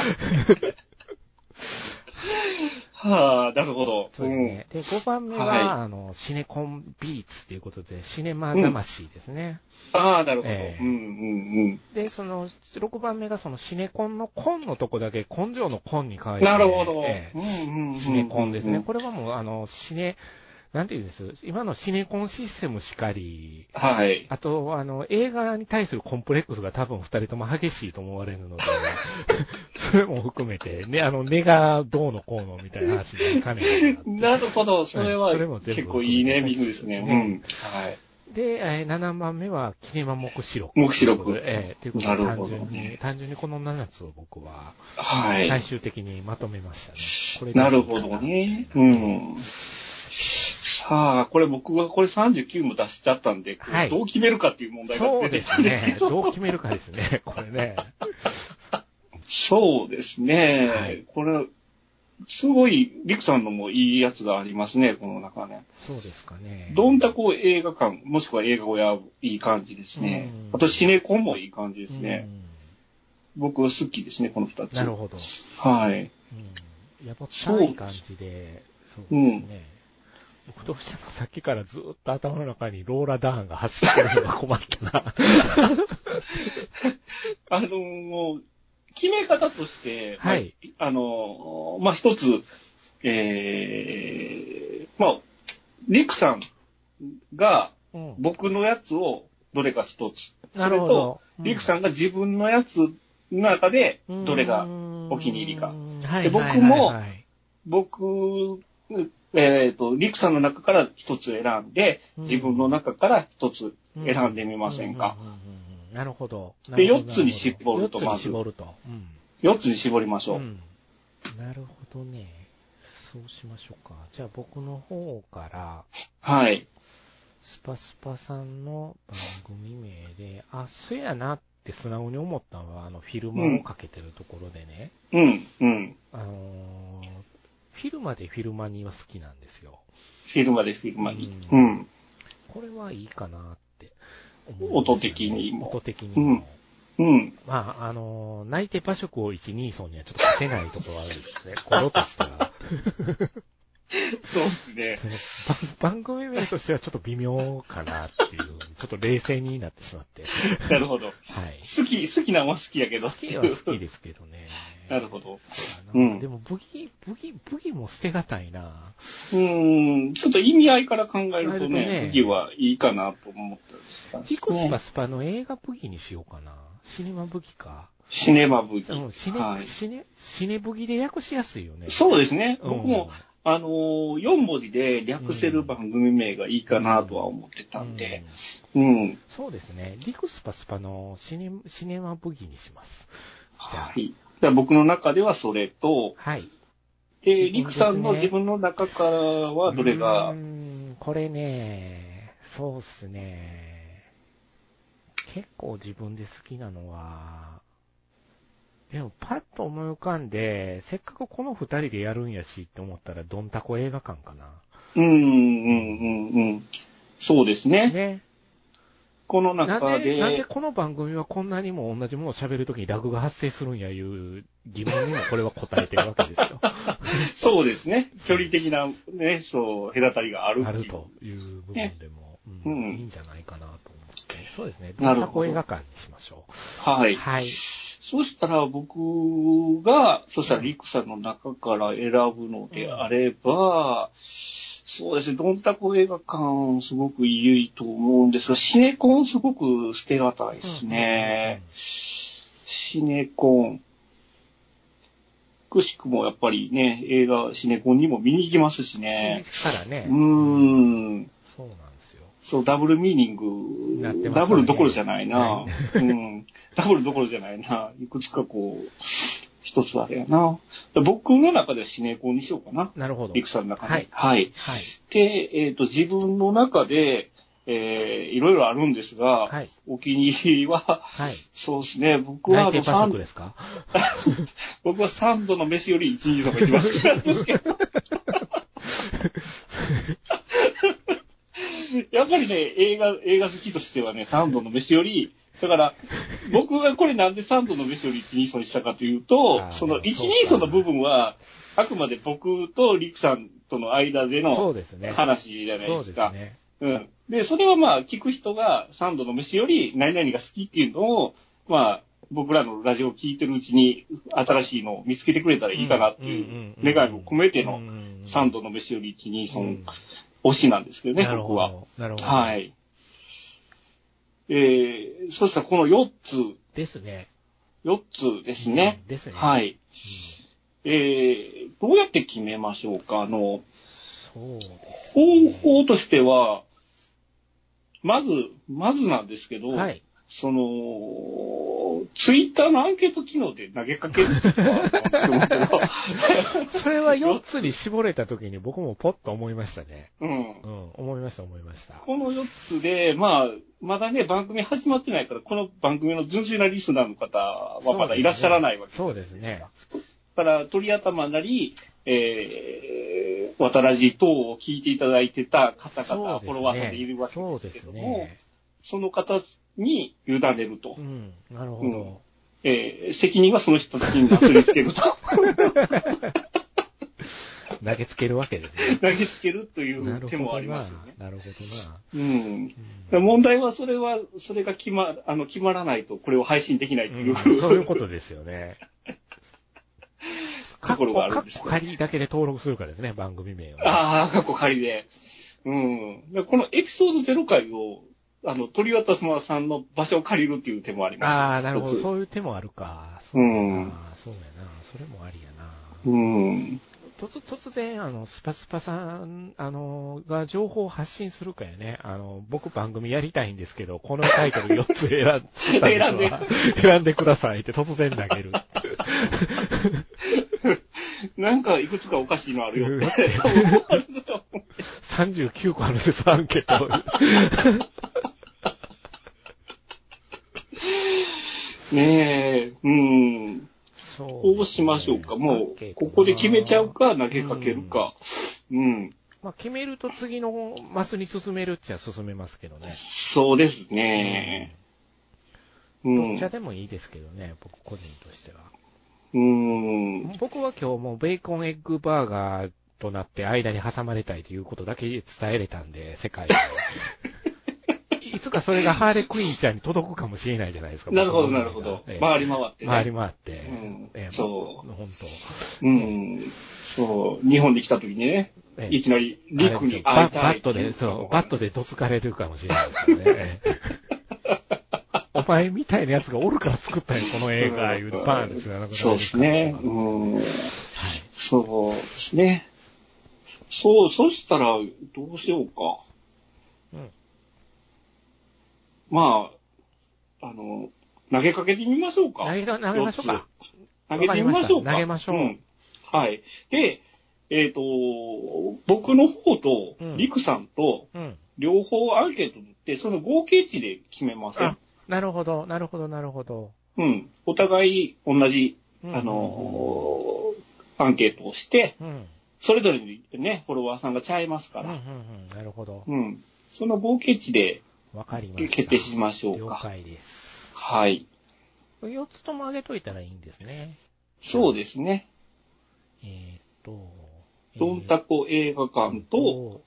Speaker 2: はあ、なるほど。
Speaker 1: そうですね。で、5番目は、
Speaker 2: はい
Speaker 1: あの、シネコンビーツということで、シネマ魂ですね。
Speaker 2: うんああ、なるほど。
Speaker 1: ええ
Speaker 2: うんうん
Speaker 1: で、その、6番目がそのシネコンのコンのとこだけ、根性のコンに変え
Speaker 2: うん。
Speaker 1: て。
Speaker 2: なるほど。
Speaker 1: ええ
Speaker 2: うんうんうん
Speaker 1: シネコンです
Speaker 2: う
Speaker 1: ね。
Speaker 2: ん
Speaker 1: これはもう、あの、シネ、なんていうんです今のシネコンシステムしかり、
Speaker 2: はい。
Speaker 1: あと、あの、映画に対するコンプレックスが多分二人とも激しいと思われるの で、それも含めて、ね、あの、根がどうのこうのみたいな話にかねてなって
Speaker 2: なるほど。それ
Speaker 1: うん
Speaker 2: は
Speaker 1: それも全部
Speaker 2: 結構いいネーミングですね。
Speaker 1: う
Speaker 2: うんん。はい。
Speaker 1: で、えー7番目は、キネマ目視録。
Speaker 2: 黙示録
Speaker 1: ということでえーということで、
Speaker 2: なる
Speaker 1: 単
Speaker 2: ほど
Speaker 1: 純に、単純にこの7つを僕は、
Speaker 2: はい。
Speaker 1: 最終的にまとめましたね。これでいいか
Speaker 2: なるほどね。うん。さあ、これ僕はこれ39も出しちゃったんで、
Speaker 1: はい
Speaker 2: どう決めるかっていう問題
Speaker 1: そ
Speaker 2: が
Speaker 1: う
Speaker 2: 出て
Speaker 1: で
Speaker 2: きた
Speaker 1: す
Speaker 2: んですけ
Speaker 1: ね。
Speaker 2: ど。
Speaker 1: どう決めるかですね。これね。
Speaker 2: そうですね。
Speaker 1: はい
Speaker 2: これ、すごい、リクさんのもいいやつがありますね、この中ね。
Speaker 1: そうですかね。
Speaker 2: どんたこ映画館、もしくは映画小屋、いい感じですね
Speaker 1: うん。
Speaker 2: あとシネコンもいい感じで
Speaker 1: です
Speaker 2: ね。。僕好きですね、この二つ。
Speaker 1: なるほど。
Speaker 2: はい。
Speaker 1: うん。やっぱ、い感じで、そうですね。僕どうしてもさっきからずっと頭の中にローラダーンが走ってるのが困ったな。
Speaker 2: あのー決め方として、まあ
Speaker 1: はい。
Speaker 2: あのーまあ、一つ、ええまあ、リクさんが
Speaker 1: うん。
Speaker 2: 僕のやつをどれか一つ。
Speaker 1: なるほど。
Speaker 2: それと、リク
Speaker 1: ん、
Speaker 2: さんが自分のやつの中で、どれが、
Speaker 1: お
Speaker 2: 気に入りか
Speaker 1: はい。
Speaker 2: で僕も
Speaker 1: はいはいはい
Speaker 2: 僕、えっ、と、リクさんの中から一つ選んで、
Speaker 1: うん
Speaker 2: 自分の中から一つ選んでみませんか。
Speaker 1: うううんうんうんなるほど。
Speaker 2: で
Speaker 1: なるほど
Speaker 2: 四つに絞ると
Speaker 1: 四つ
Speaker 2: ま
Speaker 1: に
Speaker 2: ず
Speaker 1: 絞ると。うん
Speaker 2: 四つに絞りましょう。
Speaker 1: うんなるほどね。そうしましょうか。じゃあ僕の方から、
Speaker 2: はい。
Speaker 1: スパスパさんの番組名で、あ、そやなって素直に思ったのは、あの、フィルマをかけてるところでね、
Speaker 2: うん、うん。
Speaker 1: あのーフィルマでフィルマニは好きなんですよ。
Speaker 2: フィルマでフィルマに。
Speaker 1: う
Speaker 2: うんん。
Speaker 1: これはいいかなって思うんですよね
Speaker 2: 音的にも
Speaker 1: 音的にも。
Speaker 2: うんうん。
Speaker 1: まあ、あのー泣いて馬食を1、2層にはちょっと勝てないところはあるんですけ どね。コロとしたら。
Speaker 2: そうですね。
Speaker 1: その 番番組名としてはちょっと微妙かなっていう、ちょっと冷静になってしまって。
Speaker 2: なるほど。
Speaker 1: はい。
Speaker 2: 好き、好きなのは好きやけど。
Speaker 1: 好きは好きですけどね。
Speaker 2: なるほど。
Speaker 1: そうだな
Speaker 2: うん
Speaker 1: でも、ブギ、ブギ、ブギも捨てがたいな。
Speaker 2: うーん、ちょっと意味合いから考える
Speaker 1: 考えると
Speaker 2: と
Speaker 1: ね
Speaker 2: ね、武器はいいかなと思ったんですが
Speaker 1: ピクシかスパの映画ブギにしようかな。シネマブギか。
Speaker 2: シネマ武器。
Speaker 1: うんシネ、
Speaker 2: はい。
Speaker 1: シネ、シネブギで訳しやすいよね。
Speaker 2: そうですね。
Speaker 1: うん
Speaker 2: 僕も、あのー、4文字で略せる番組名がいいかなとは思ってたんで、
Speaker 1: う
Speaker 2: うん。
Speaker 1: そうですね。リクスパスパのシネ、シネマブギにします。じゃあ
Speaker 2: は、い。だから僕の中ではそれと、
Speaker 1: はい。自分で
Speaker 2: で、
Speaker 1: すね
Speaker 2: リクさんの自分の中からはどれが
Speaker 1: うー、んこれね、そうっすね。結構自分で好きなのは、でもパッと思い浮かんで、せっかくこの二人でやるんやしって思ったら、どんたこ映画館かな。
Speaker 2: うん、うん、うん、うん。そうですね。
Speaker 1: ね。
Speaker 2: この
Speaker 1: な
Speaker 2: 中
Speaker 1: んで、なんで
Speaker 2: で、
Speaker 1: この番組はこんなにも同じものを喋るときにラグが発生するんやいう疑問にもこれは答えてるわけです よ。
Speaker 2: そうですね。距離的な、ね、そう、隔たりがあるって
Speaker 1: あ
Speaker 2: いう
Speaker 1: るという部分でも、うん
Speaker 2: うん
Speaker 1: いいんじゃないかなと思って。そうですね。ど
Speaker 2: なんる
Speaker 1: た
Speaker 2: ほ
Speaker 1: こ
Speaker 2: ど
Speaker 1: 映画館にしましょ
Speaker 2: は
Speaker 1: う。
Speaker 2: い。
Speaker 1: はい。
Speaker 2: そしたら僕が、そしたらリクさんの中から選ぶのであれば、そうですね、ドンタコ映画館すごくいいと思うんですが、シネコンすごく捨てがたいですね。シネコン。くしくもやっぱりね、映画シネコンにも見に行きますしね。
Speaker 1: からね
Speaker 2: う。ーん。
Speaker 1: そうなんですよ。
Speaker 2: そう、ダブルミーニン
Speaker 1: なって
Speaker 2: グ、
Speaker 1: ますからね
Speaker 2: ダブルどころじゃないな
Speaker 1: は。
Speaker 2: うん。ダブルどころじゃないな。いくつかこう、一つあれやな。僕の中ではシネコンにしようかな。
Speaker 1: なるほど。
Speaker 2: リクさんの中で。
Speaker 1: はい
Speaker 2: はい。
Speaker 1: はい。
Speaker 2: で、えっ、と、自分の中で、えー、いろいろあるんですが、
Speaker 1: はい。
Speaker 2: お気に入りは、
Speaker 1: はい。
Speaker 2: そうですね、僕は
Speaker 1: 内定
Speaker 2: あの、
Speaker 1: パ
Speaker 2: サ
Speaker 1: 食
Speaker 2: ン
Speaker 1: ですか
Speaker 2: 僕はサンドの飯より一二三が一番好きなんですけ ど。やっぱりね、映画、映画好きとしてはね、サンドの飯より、だから、僕がこれなんでサンドの飯より一二層にしたかという
Speaker 1: あー
Speaker 2: と、そ
Speaker 1: で
Speaker 2: の
Speaker 1: も
Speaker 2: 一
Speaker 1: そうか
Speaker 2: 二層の部分は、あくまで僕とリクさんとの間で
Speaker 1: そ
Speaker 2: の
Speaker 1: うですね。
Speaker 2: 話じゃない
Speaker 1: そ
Speaker 2: で
Speaker 1: う
Speaker 2: す
Speaker 1: です
Speaker 2: か。
Speaker 1: ね。
Speaker 2: うん。で、それはまあ、聞く人がサンドの飯より何々が好きっていうのを、まあ、僕らのラジオを聞いてるうちに、新しいのを見つけてくれたらいいかなっていう願いを込めての、サンドの飯より一二
Speaker 1: う
Speaker 2: 三
Speaker 1: ん
Speaker 2: 推しなんですけどね、
Speaker 1: なる
Speaker 2: 僕
Speaker 1: ほ
Speaker 2: は。
Speaker 1: ど。なるほど。
Speaker 2: は。い。えー、そしたらこの4つ、
Speaker 1: ですね。
Speaker 2: 4つですね。
Speaker 1: うん。ですね。。
Speaker 2: はいい。えー、どうやって決めましょうかあの、
Speaker 1: そうです
Speaker 2: 方
Speaker 1: ね。
Speaker 2: 法としては、まず、まずなんですけど、
Speaker 1: はい。
Speaker 2: その、ツイッターのアンケート機能で投げ かけるとかはその
Speaker 1: それは4つに絞れた時に僕もポッと思いましたね。
Speaker 2: うん
Speaker 1: う。ん。思いました、思いました。
Speaker 2: この4つで、まあ、まだね、番組始まってないから、この番組の純粋なリスナーの方はまだいらっしゃらないわけ
Speaker 1: そうですね。
Speaker 2: だから、鳥頭なり、えー、渡らじ等を聞いていただいてた方々、フォロワーさんでいるわけ
Speaker 1: そう
Speaker 2: です
Speaker 1: で
Speaker 2: け
Speaker 1: す
Speaker 2: ども、そ
Speaker 1: ね。
Speaker 2: の方に委ねると。
Speaker 1: うん。なるほ
Speaker 2: うん
Speaker 1: ど。
Speaker 2: えー責任はその人たちになすりつけると。
Speaker 1: 投げつけるわけですね。
Speaker 2: 投げつけるとい
Speaker 1: な
Speaker 2: う
Speaker 1: る
Speaker 2: 手
Speaker 1: ほ
Speaker 2: もあ
Speaker 1: ど
Speaker 2: り
Speaker 1: な
Speaker 2: ますよね。。
Speaker 1: なるほどな。
Speaker 2: うん。
Speaker 1: うん
Speaker 2: 問題はそれは、それが決ま、あの、決まらないとこれを配信できないっていう。
Speaker 1: うんそういうことですよ ね。か
Speaker 2: と
Speaker 1: っ
Speaker 2: ころ
Speaker 1: こ、
Speaker 2: がある
Speaker 1: か
Speaker 2: ん
Speaker 1: っ
Speaker 2: ですよ
Speaker 1: こ仮だけで登録するかですね、番組名をね。
Speaker 2: ああ、過去仮で。うん。でこのエピソード0回を、あの、鳥渡すまさんの場所を借りるっていう手もあります。
Speaker 1: ああ、なるほど。
Speaker 2: 一つ
Speaker 1: そういう手もあるか。そうやな。
Speaker 2: うん
Speaker 1: そうやな。それもありやな。
Speaker 2: うん。
Speaker 1: 突突然、あの、スパスパさん、あの、が情報を発信するかやね。あの、僕番組やりたいんですけど、このタイトル4つ選ん作ったんですわ選んでくださいって突然投げる。
Speaker 2: なんかいくつかおかしいのあるよって。多分思われると思
Speaker 1: 39個あるんです、アンケート。
Speaker 2: う。 ねえ、うん。
Speaker 1: そう、
Speaker 2: こうしましょうか。も
Speaker 1: アンケー
Speaker 2: う、
Speaker 1: トな
Speaker 2: ここで決めちゃうか、投げかけるか。うん。
Speaker 1: まあ、決めると次のマスに進めるっちゃ進めますけどね。
Speaker 2: そうですね。う
Speaker 1: ど
Speaker 2: ん
Speaker 1: っち。でもいいですけどね、僕個人としては。
Speaker 2: うん。
Speaker 1: 僕は今日もうベーコンエッグバーガーとなって間に挟まれたいということだけ伝えれたんで、世 界に。いつかそれがハーレクイーンちゃんに届くかもしれないじゃないですか。
Speaker 2: なるほど、
Speaker 1: 僕
Speaker 2: な
Speaker 1: の
Speaker 2: る
Speaker 1: 夢
Speaker 2: ほ
Speaker 1: が
Speaker 2: ど
Speaker 1: ええ。
Speaker 2: 回り回ってね。
Speaker 1: 回り回って。
Speaker 2: うん
Speaker 1: ええ
Speaker 2: そう
Speaker 1: 本当。
Speaker 2: うん。そう。日本に来た時にね、
Speaker 1: ええ
Speaker 2: いきなり、リクに会
Speaker 1: バ
Speaker 2: いた
Speaker 1: バ
Speaker 2: い
Speaker 1: ッ
Speaker 2: ってい
Speaker 1: ト
Speaker 2: う
Speaker 1: で、そう、バットでどつかれるかもしれないです からね。お前みたいなやつがおるから作ったよ、この映画、言うて、バーンってつながる
Speaker 2: そうですね。
Speaker 1: は
Speaker 2: うん。
Speaker 1: い。
Speaker 2: そうですね。そう、そしたら、どうしようか。
Speaker 1: うん
Speaker 2: まあ、あの、投げかけてみましょうか。
Speaker 1: 投げか投げましょうか。
Speaker 2: 投げてみましょう
Speaker 1: わかりまし
Speaker 2: か。
Speaker 1: た投げましょうん
Speaker 2: はい。で、えっ、と、僕の方と
Speaker 1: う、ん
Speaker 2: リクさんと、
Speaker 1: うん。
Speaker 2: 両方アンケート取って、その合計値で決めません
Speaker 1: あ。なるほど、なるほど、なるほど。
Speaker 2: うん。お互い同じ、
Speaker 1: うん
Speaker 2: あ、のーアンケートをして、
Speaker 1: うん。うん、
Speaker 2: それぞれにね、フォロワーさんがちゃいますか
Speaker 1: うん、う
Speaker 2: ら、
Speaker 1: ん。なるほど。
Speaker 2: うん。その合計値で
Speaker 1: わかりました。
Speaker 2: 決定しましょう
Speaker 1: 了
Speaker 2: か。
Speaker 1: 解です。
Speaker 2: はい。
Speaker 1: 4つとも上げといたらいいんですね。
Speaker 2: そうですね。
Speaker 1: えーっと、えー
Speaker 2: ドンタコ映画館と、、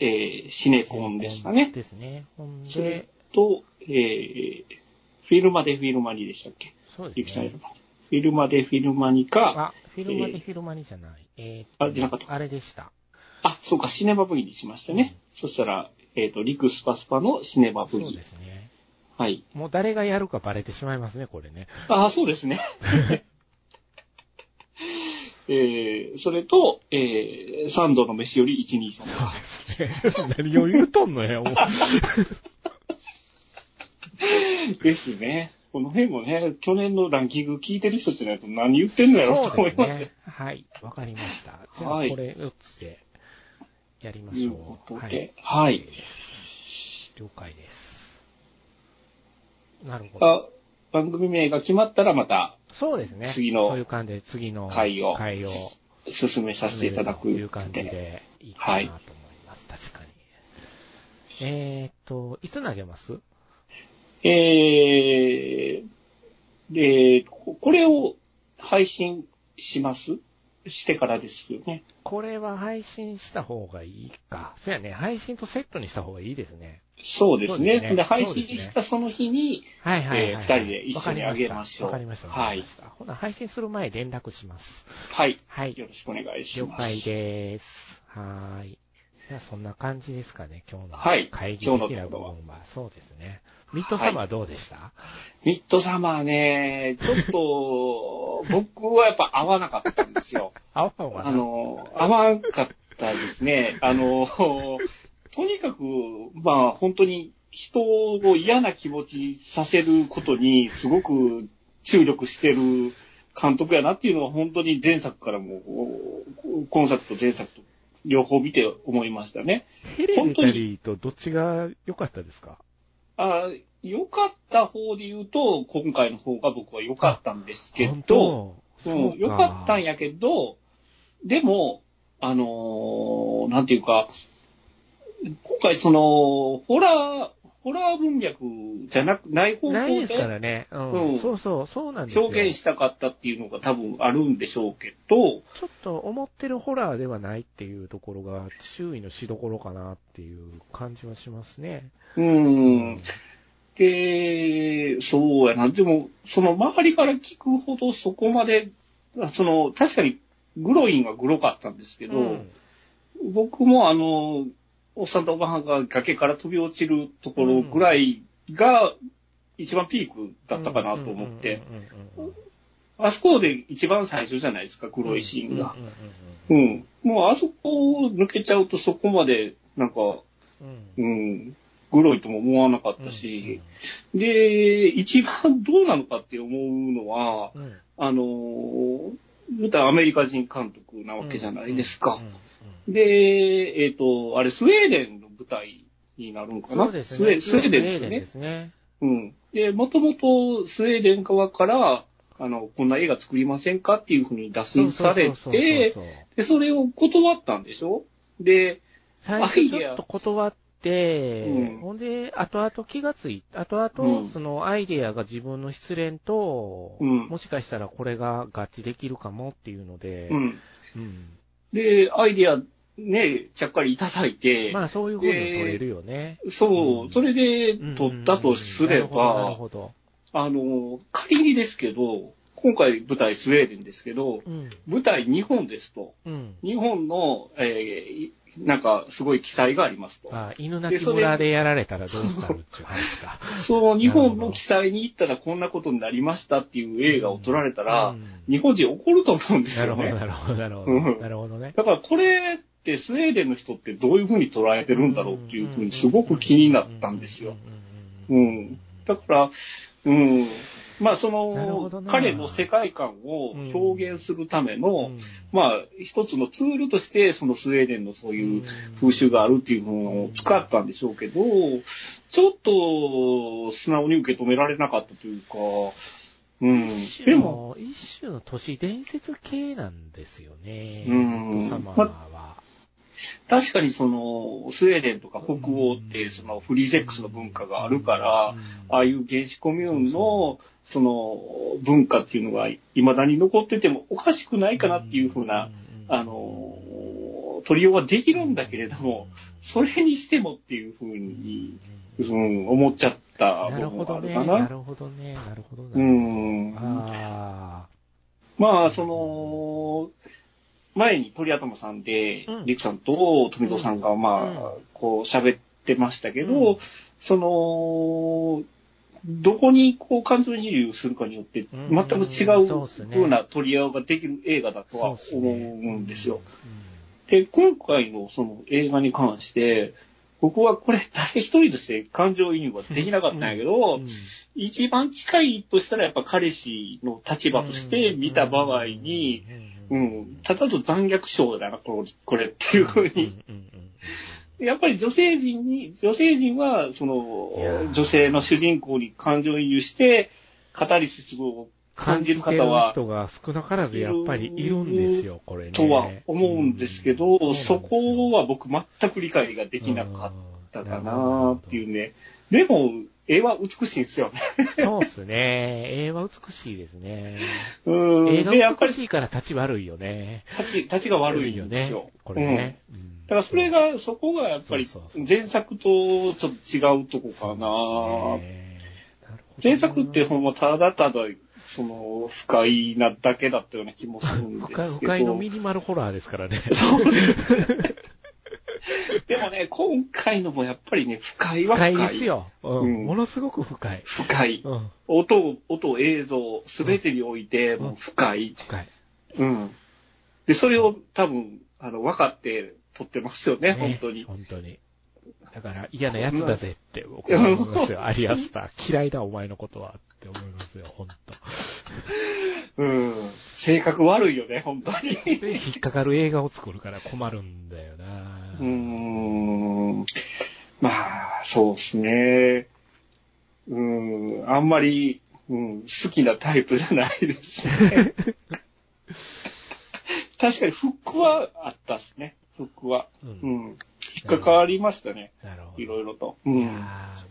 Speaker 2: えーシネコンでしたね。
Speaker 1: ですね。ほん
Speaker 2: それ
Speaker 1: で、
Speaker 2: と、えー、フィルマでフィルマニでしたっけ
Speaker 1: そう
Speaker 2: ゆ
Speaker 1: で
Speaker 2: き
Speaker 1: す
Speaker 2: さんい
Speaker 1: ね
Speaker 2: る。のフィルマでフィルマニか、
Speaker 1: あ、フィルマ
Speaker 2: え
Speaker 1: で
Speaker 2: ー
Speaker 1: フィルマにじゃない。えー
Speaker 2: あじゃなかった
Speaker 1: あれでした。
Speaker 2: あ、そうか、シネマブギにしましたね。そしたら、えっ、と、リクスパスパのシネマ
Speaker 1: そ
Speaker 2: ブ
Speaker 1: う
Speaker 2: ギ
Speaker 1: で。すね。
Speaker 2: はい。
Speaker 1: もう誰がやるかバレてしまいますね、これね。
Speaker 2: ああ、そうで すね。えー、それと、えー、3度の飯より123。
Speaker 1: そうですね。何を言うとんの や、もう。
Speaker 2: ですね。この辺もね、去年のランキング聞いてる人じゃないと何言ってんのやろう
Speaker 1: そう
Speaker 2: と思
Speaker 1: で
Speaker 2: い
Speaker 1: す
Speaker 2: ますね。
Speaker 1: ね。はい。わかりました。じゃあ、
Speaker 2: はい
Speaker 1: これ4つでやりま
Speaker 2: とい
Speaker 1: し
Speaker 2: う
Speaker 1: ょ
Speaker 2: こ
Speaker 1: う。
Speaker 2: と
Speaker 1: は
Speaker 2: で
Speaker 1: い。、
Speaker 2: はい。
Speaker 1: 了解です。なるほど。
Speaker 2: あ番組名が決まったらまた
Speaker 1: そうですね。
Speaker 2: 次の
Speaker 1: そういう感じで、次の
Speaker 2: 回を
Speaker 1: 回を
Speaker 2: 進めさせていただく
Speaker 1: という感じ。でいいかなと思います。確かに。えーっと、いつ投げます
Speaker 2: えー、で、ここれを配信しますしてからですよね。
Speaker 1: これは配信した方がいいか。そうやね。配信とセットにした方がいいですね。
Speaker 2: そうですね。
Speaker 1: そうですね
Speaker 2: で配
Speaker 1: そう
Speaker 2: 信
Speaker 1: ですね
Speaker 2: したその日に、
Speaker 1: はいはいはい、はい。
Speaker 2: えー二人で一緒にあげましょう
Speaker 1: わかりました。わ
Speaker 2: は
Speaker 1: か
Speaker 2: い
Speaker 1: りました。わかりましたほな、配信する前連絡します。
Speaker 2: はい。
Speaker 1: はい。
Speaker 2: よろしくお願いし
Speaker 1: 了
Speaker 2: ます。
Speaker 1: 解です。はーい。じゃあ、そんな感じですかね。今日の
Speaker 2: はい
Speaker 1: 会議的
Speaker 2: 今日
Speaker 1: な
Speaker 2: の
Speaker 1: 部
Speaker 2: ところは
Speaker 1: 分は。そうですね。ミッドサマーどうでした、
Speaker 2: ミッドサマーね、ちょっと、僕はやっぱ合わなかったんですよ。
Speaker 1: 青パンはな
Speaker 2: あ、の、合わんかったで すね。あの、とにかく、まあ本当に人を嫌な気持ちさせることにすごく注力してる監督やなっていうのは本当に前作からも、今作と前作と両方見て思いましたね。
Speaker 1: ヘレデタリーとどっちが良かったですか
Speaker 2: あ良かった方で言うと、今回の方が僕は良かったんですけ
Speaker 1: 本
Speaker 2: ど、
Speaker 1: 当
Speaker 2: うん、良かったん。やけど、でも、あのーなんていうか、今回その、ホラー、ホラー文脈じゃなく、ない方向
Speaker 1: ないですか
Speaker 2: で
Speaker 1: らね。うん。
Speaker 2: うん
Speaker 1: そうそう、そうなんですよ。
Speaker 2: 表現したかったっていうのが多分あるんでしょうけど、
Speaker 1: ちょっと思ってるホラーではないっていうところが、周囲のしどころかなっていう感じはしますね。
Speaker 2: うん。で、そうやな。でも、その周りから聞くほどそこまで、あその、確かに、グロインはグロかったんですけど、
Speaker 1: うん
Speaker 2: 僕もあの、おっさんとおばはんが崖から飛び落ちるところぐらいが、一番ピークだったかなと思って、。
Speaker 1: うんうんうんうん
Speaker 2: あそこで一番最初じゃないですか、黒いシーンが
Speaker 1: う。んうん
Speaker 2: うん。もうあそこを抜けちゃうとそこまで、なんか、
Speaker 1: うんうん
Speaker 2: う
Speaker 1: うん
Speaker 2: ん、グロいとも思わなかったし、で、一番どうなのかって思うのは、
Speaker 1: うんうん
Speaker 2: あのー、言うたらアメリカ人監督なわけじゃないですか。
Speaker 1: うんうんうん
Speaker 2: で、えっ、と、あれ、スウェーデンの舞台になるんかな
Speaker 1: そうです
Speaker 2: スウェ
Speaker 1: ね。
Speaker 2: スウェーデンです
Speaker 1: スウ
Speaker 2: よ
Speaker 1: ェで
Speaker 2: ね。
Speaker 1: すね。
Speaker 2: うん。で、もともとスウェーデン側から、あの、こんな映画作りませんかっていうふうに打
Speaker 1: そ
Speaker 2: 診
Speaker 1: うそ
Speaker 2: さ
Speaker 1: うそ
Speaker 2: れ
Speaker 1: うそう
Speaker 2: て、
Speaker 1: そう
Speaker 2: で、それを断ったんでしょで、
Speaker 1: 最初ちょっと断って、
Speaker 2: うん
Speaker 1: ほんで、後々気がついた。後々、
Speaker 2: うん
Speaker 1: そのアイデアが自分の失恋と、
Speaker 2: うん
Speaker 1: もしかしたらこれが合致できるかもっていうので、
Speaker 2: うん。
Speaker 1: うん
Speaker 2: で、アイディア、ね、ちゃっかりいただいて、
Speaker 1: まあそういう風にも取れるよね。
Speaker 2: そうう、
Speaker 1: ん
Speaker 2: それで取ったとす
Speaker 1: う
Speaker 2: れ
Speaker 1: んなる
Speaker 2: ば、
Speaker 1: ほど。
Speaker 2: あの、仮にですけど、今回舞台スウェーデンですけど、
Speaker 1: なるほどうん。
Speaker 2: 舞台日本ですと、
Speaker 1: うん。
Speaker 2: 日本の、えーいなんかすごい記載がありますと。
Speaker 1: あ犬鳴村でやられたらどうしたるっていう話か。
Speaker 2: その日本の記載に行ったらこんなことになりましたっていう映画を撮られたら、
Speaker 1: うん
Speaker 2: 日本人怒ると思うんです
Speaker 1: なる
Speaker 2: よ
Speaker 1: ほど、
Speaker 2: ね。
Speaker 1: なるほど、なるほ
Speaker 2: う
Speaker 1: ど。
Speaker 2: ん
Speaker 1: なるほどね。
Speaker 2: だからこれってスウェーデンの人ってどういうふうに捉えてるんだろうっていうふうにすごく気になったんですよ。
Speaker 1: うん。うん
Speaker 2: うんだから、うん。まあ、そ
Speaker 1: なるほ
Speaker 2: の
Speaker 1: ど、な
Speaker 2: 彼の世界観を表現するため
Speaker 1: う
Speaker 2: の、
Speaker 1: ん
Speaker 2: まあ、一つのツールとして、そのスウェーデンのそういう風習があるっていうのを使ったんでしょうけど、ちょっと素直に受け止められなかったというか、うん。
Speaker 1: 一
Speaker 2: で
Speaker 1: 種
Speaker 2: も、
Speaker 1: の、一種の都市伝説系なんですよね。
Speaker 2: うん
Speaker 1: お父様は。
Speaker 2: 確かにその、スウェーデンとか北欧って、そのフリーセックスの文化があるから、
Speaker 1: うん、
Speaker 2: ああいう原始コミューンの、その、文化っていうのが、未だに残っててもおかしくないかなっていうふうな、
Speaker 1: ん、
Speaker 2: あのー、取りようはできるんだけれども、それにしてもっていうふう
Speaker 1: うん、
Speaker 2: に、うん、思っちゃっ
Speaker 1: な
Speaker 2: た部
Speaker 1: る
Speaker 2: 分
Speaker 1: ほ
Speaker 2: があ
Speaker 1: ど
Speaker 2: る
Speaker 1: ね。
Speaker 2: か
Speaker 1: な
Speaker 2: な。
Speaker 1: るほどね。なるほどな。
Speaker 2: うん。
Speaker 1: ああ。
Speaker 2: まあ、その、前に鳥頭さんで
Speaker 1: う、ん
Speaker 2: リクさんと富戸さんが、まあ
Speaker 1: う、
Speaker 2: こう喋ってましたけ
Speaker 1: うん
Speaker 2: ど、その、どこにこう感情移入するかによって、
Speaker 1: うん
Speaker 2: 全く違う
Speaker 1: そうっすね
Speaker 2: 風な取り合いができる映画だとは思
Speaker 1: そううっすね
Speaker 2: んですよ。
Speaker 1: う
Speaker 2: で、今回のその映画に関して、僕はこれ誰一人として感情移入はできなかったんやけど、
Speaker 1: ん。うん
Speaker 2: 一番近いとしたらやっぱ彼氏の立場として見た場合に、、うん、ただの残虐症だな、これこれっていうふうに。
Speaker 1: うんうんうん
Speaker 2: やっぱり女性人に、女性人は、そ
Speaker 1: いやー
Speaker 2: の、女性の主人公に感情移入して、カタリスを感じる方
Speaker 1: 感
Speaker 2: は
Speaker 1: じてる人が少なからずやっぱりいるんですよ、これね。
Speaker 2: とは思うんですけど、
Speaker 1: うん
Speaker 2: そこは僕全く理解ができなかったかなっていうね。でも、絵は美しいんですよね。
Speaker 1: そうですね。映画美しいですね。
Speaker 2: うん。
Speaker 1: 映
Speaker 2: で、やっ
Speaker 1: 画
Speaker 2: ぱ
Speaker 1: 美
Speaker 2: り、
Speaker 1: しいから立ち悪いよね。
Speaker 2: 立ち、立ちが悪いんですよ。
Speaker 1: これね。うん
Speaker 2: だからそれ、が、そこがやっぱり
Speaker 1: そうそうそう
Speaker 2: 前作とちょっと違うとこか
Speaker 1: そうっすね
Speaker 2: な。
Speaker 1: なるほどな
Speaker 2: 前作ってほんまただただ、その、不快なだけだったような気もするん
Speaker 1: 不
Speaker 2: で
Speaker 1: 快
Speaker 2: す
Speaker 1: 不
Speaker 2: け
Speaker 1: 快の
Speaker 2: ど。
Speaker 1: ミニマルホラーですからね。
Speaker 2: でもね、今回のもやっぱりね、不快
Speaker 1: 不
Speaker 2: は不快。
Speaker 1: 快ですよ。う
Speaker 2: うん
Speaker 1: ん。ものすごく不快。
Speaker 2: 不快。
Speaker 1: うん。
Speaker 2: 音、音、映像、すべてにおいて、
Speaker 1: うん
Speaker 2: もう不快。
Speaker 1: 不快。
Speaker 2: うん。で、それを多分、あの、分かって撮ってますよね、
Speaker 1: ね
Speaker 2: 本当に。
Speaker 1: 本当に。だから嫌なやつだぜって僕
Speaker 2: こん
Speaker 1: は
Speaker 2: な
Speaker 1: 思いますよ。アリアスター。嫌いだお前のことはって思いますよ、本 当。
Speaker 2: うん。性格悪いよね、本当に。
Speaker 1: で引っかかる映画を作るから困るんだよな。
Speaker 2: うーん。まあ、そうですね。うーん、あんまり、うん、好きなタイプじゃないですね。確かにフックはあったっすね。フックは。
Speaker 1: う。
Speaker 2: うんん。っかかりましたね。
Speaker 1: なるほど。
Speaker 2: い
Speaker 1: い
Speaker 2: ろいろと。う
Speaker 1: や
Speaker 2: ん。
Speaker 1: ー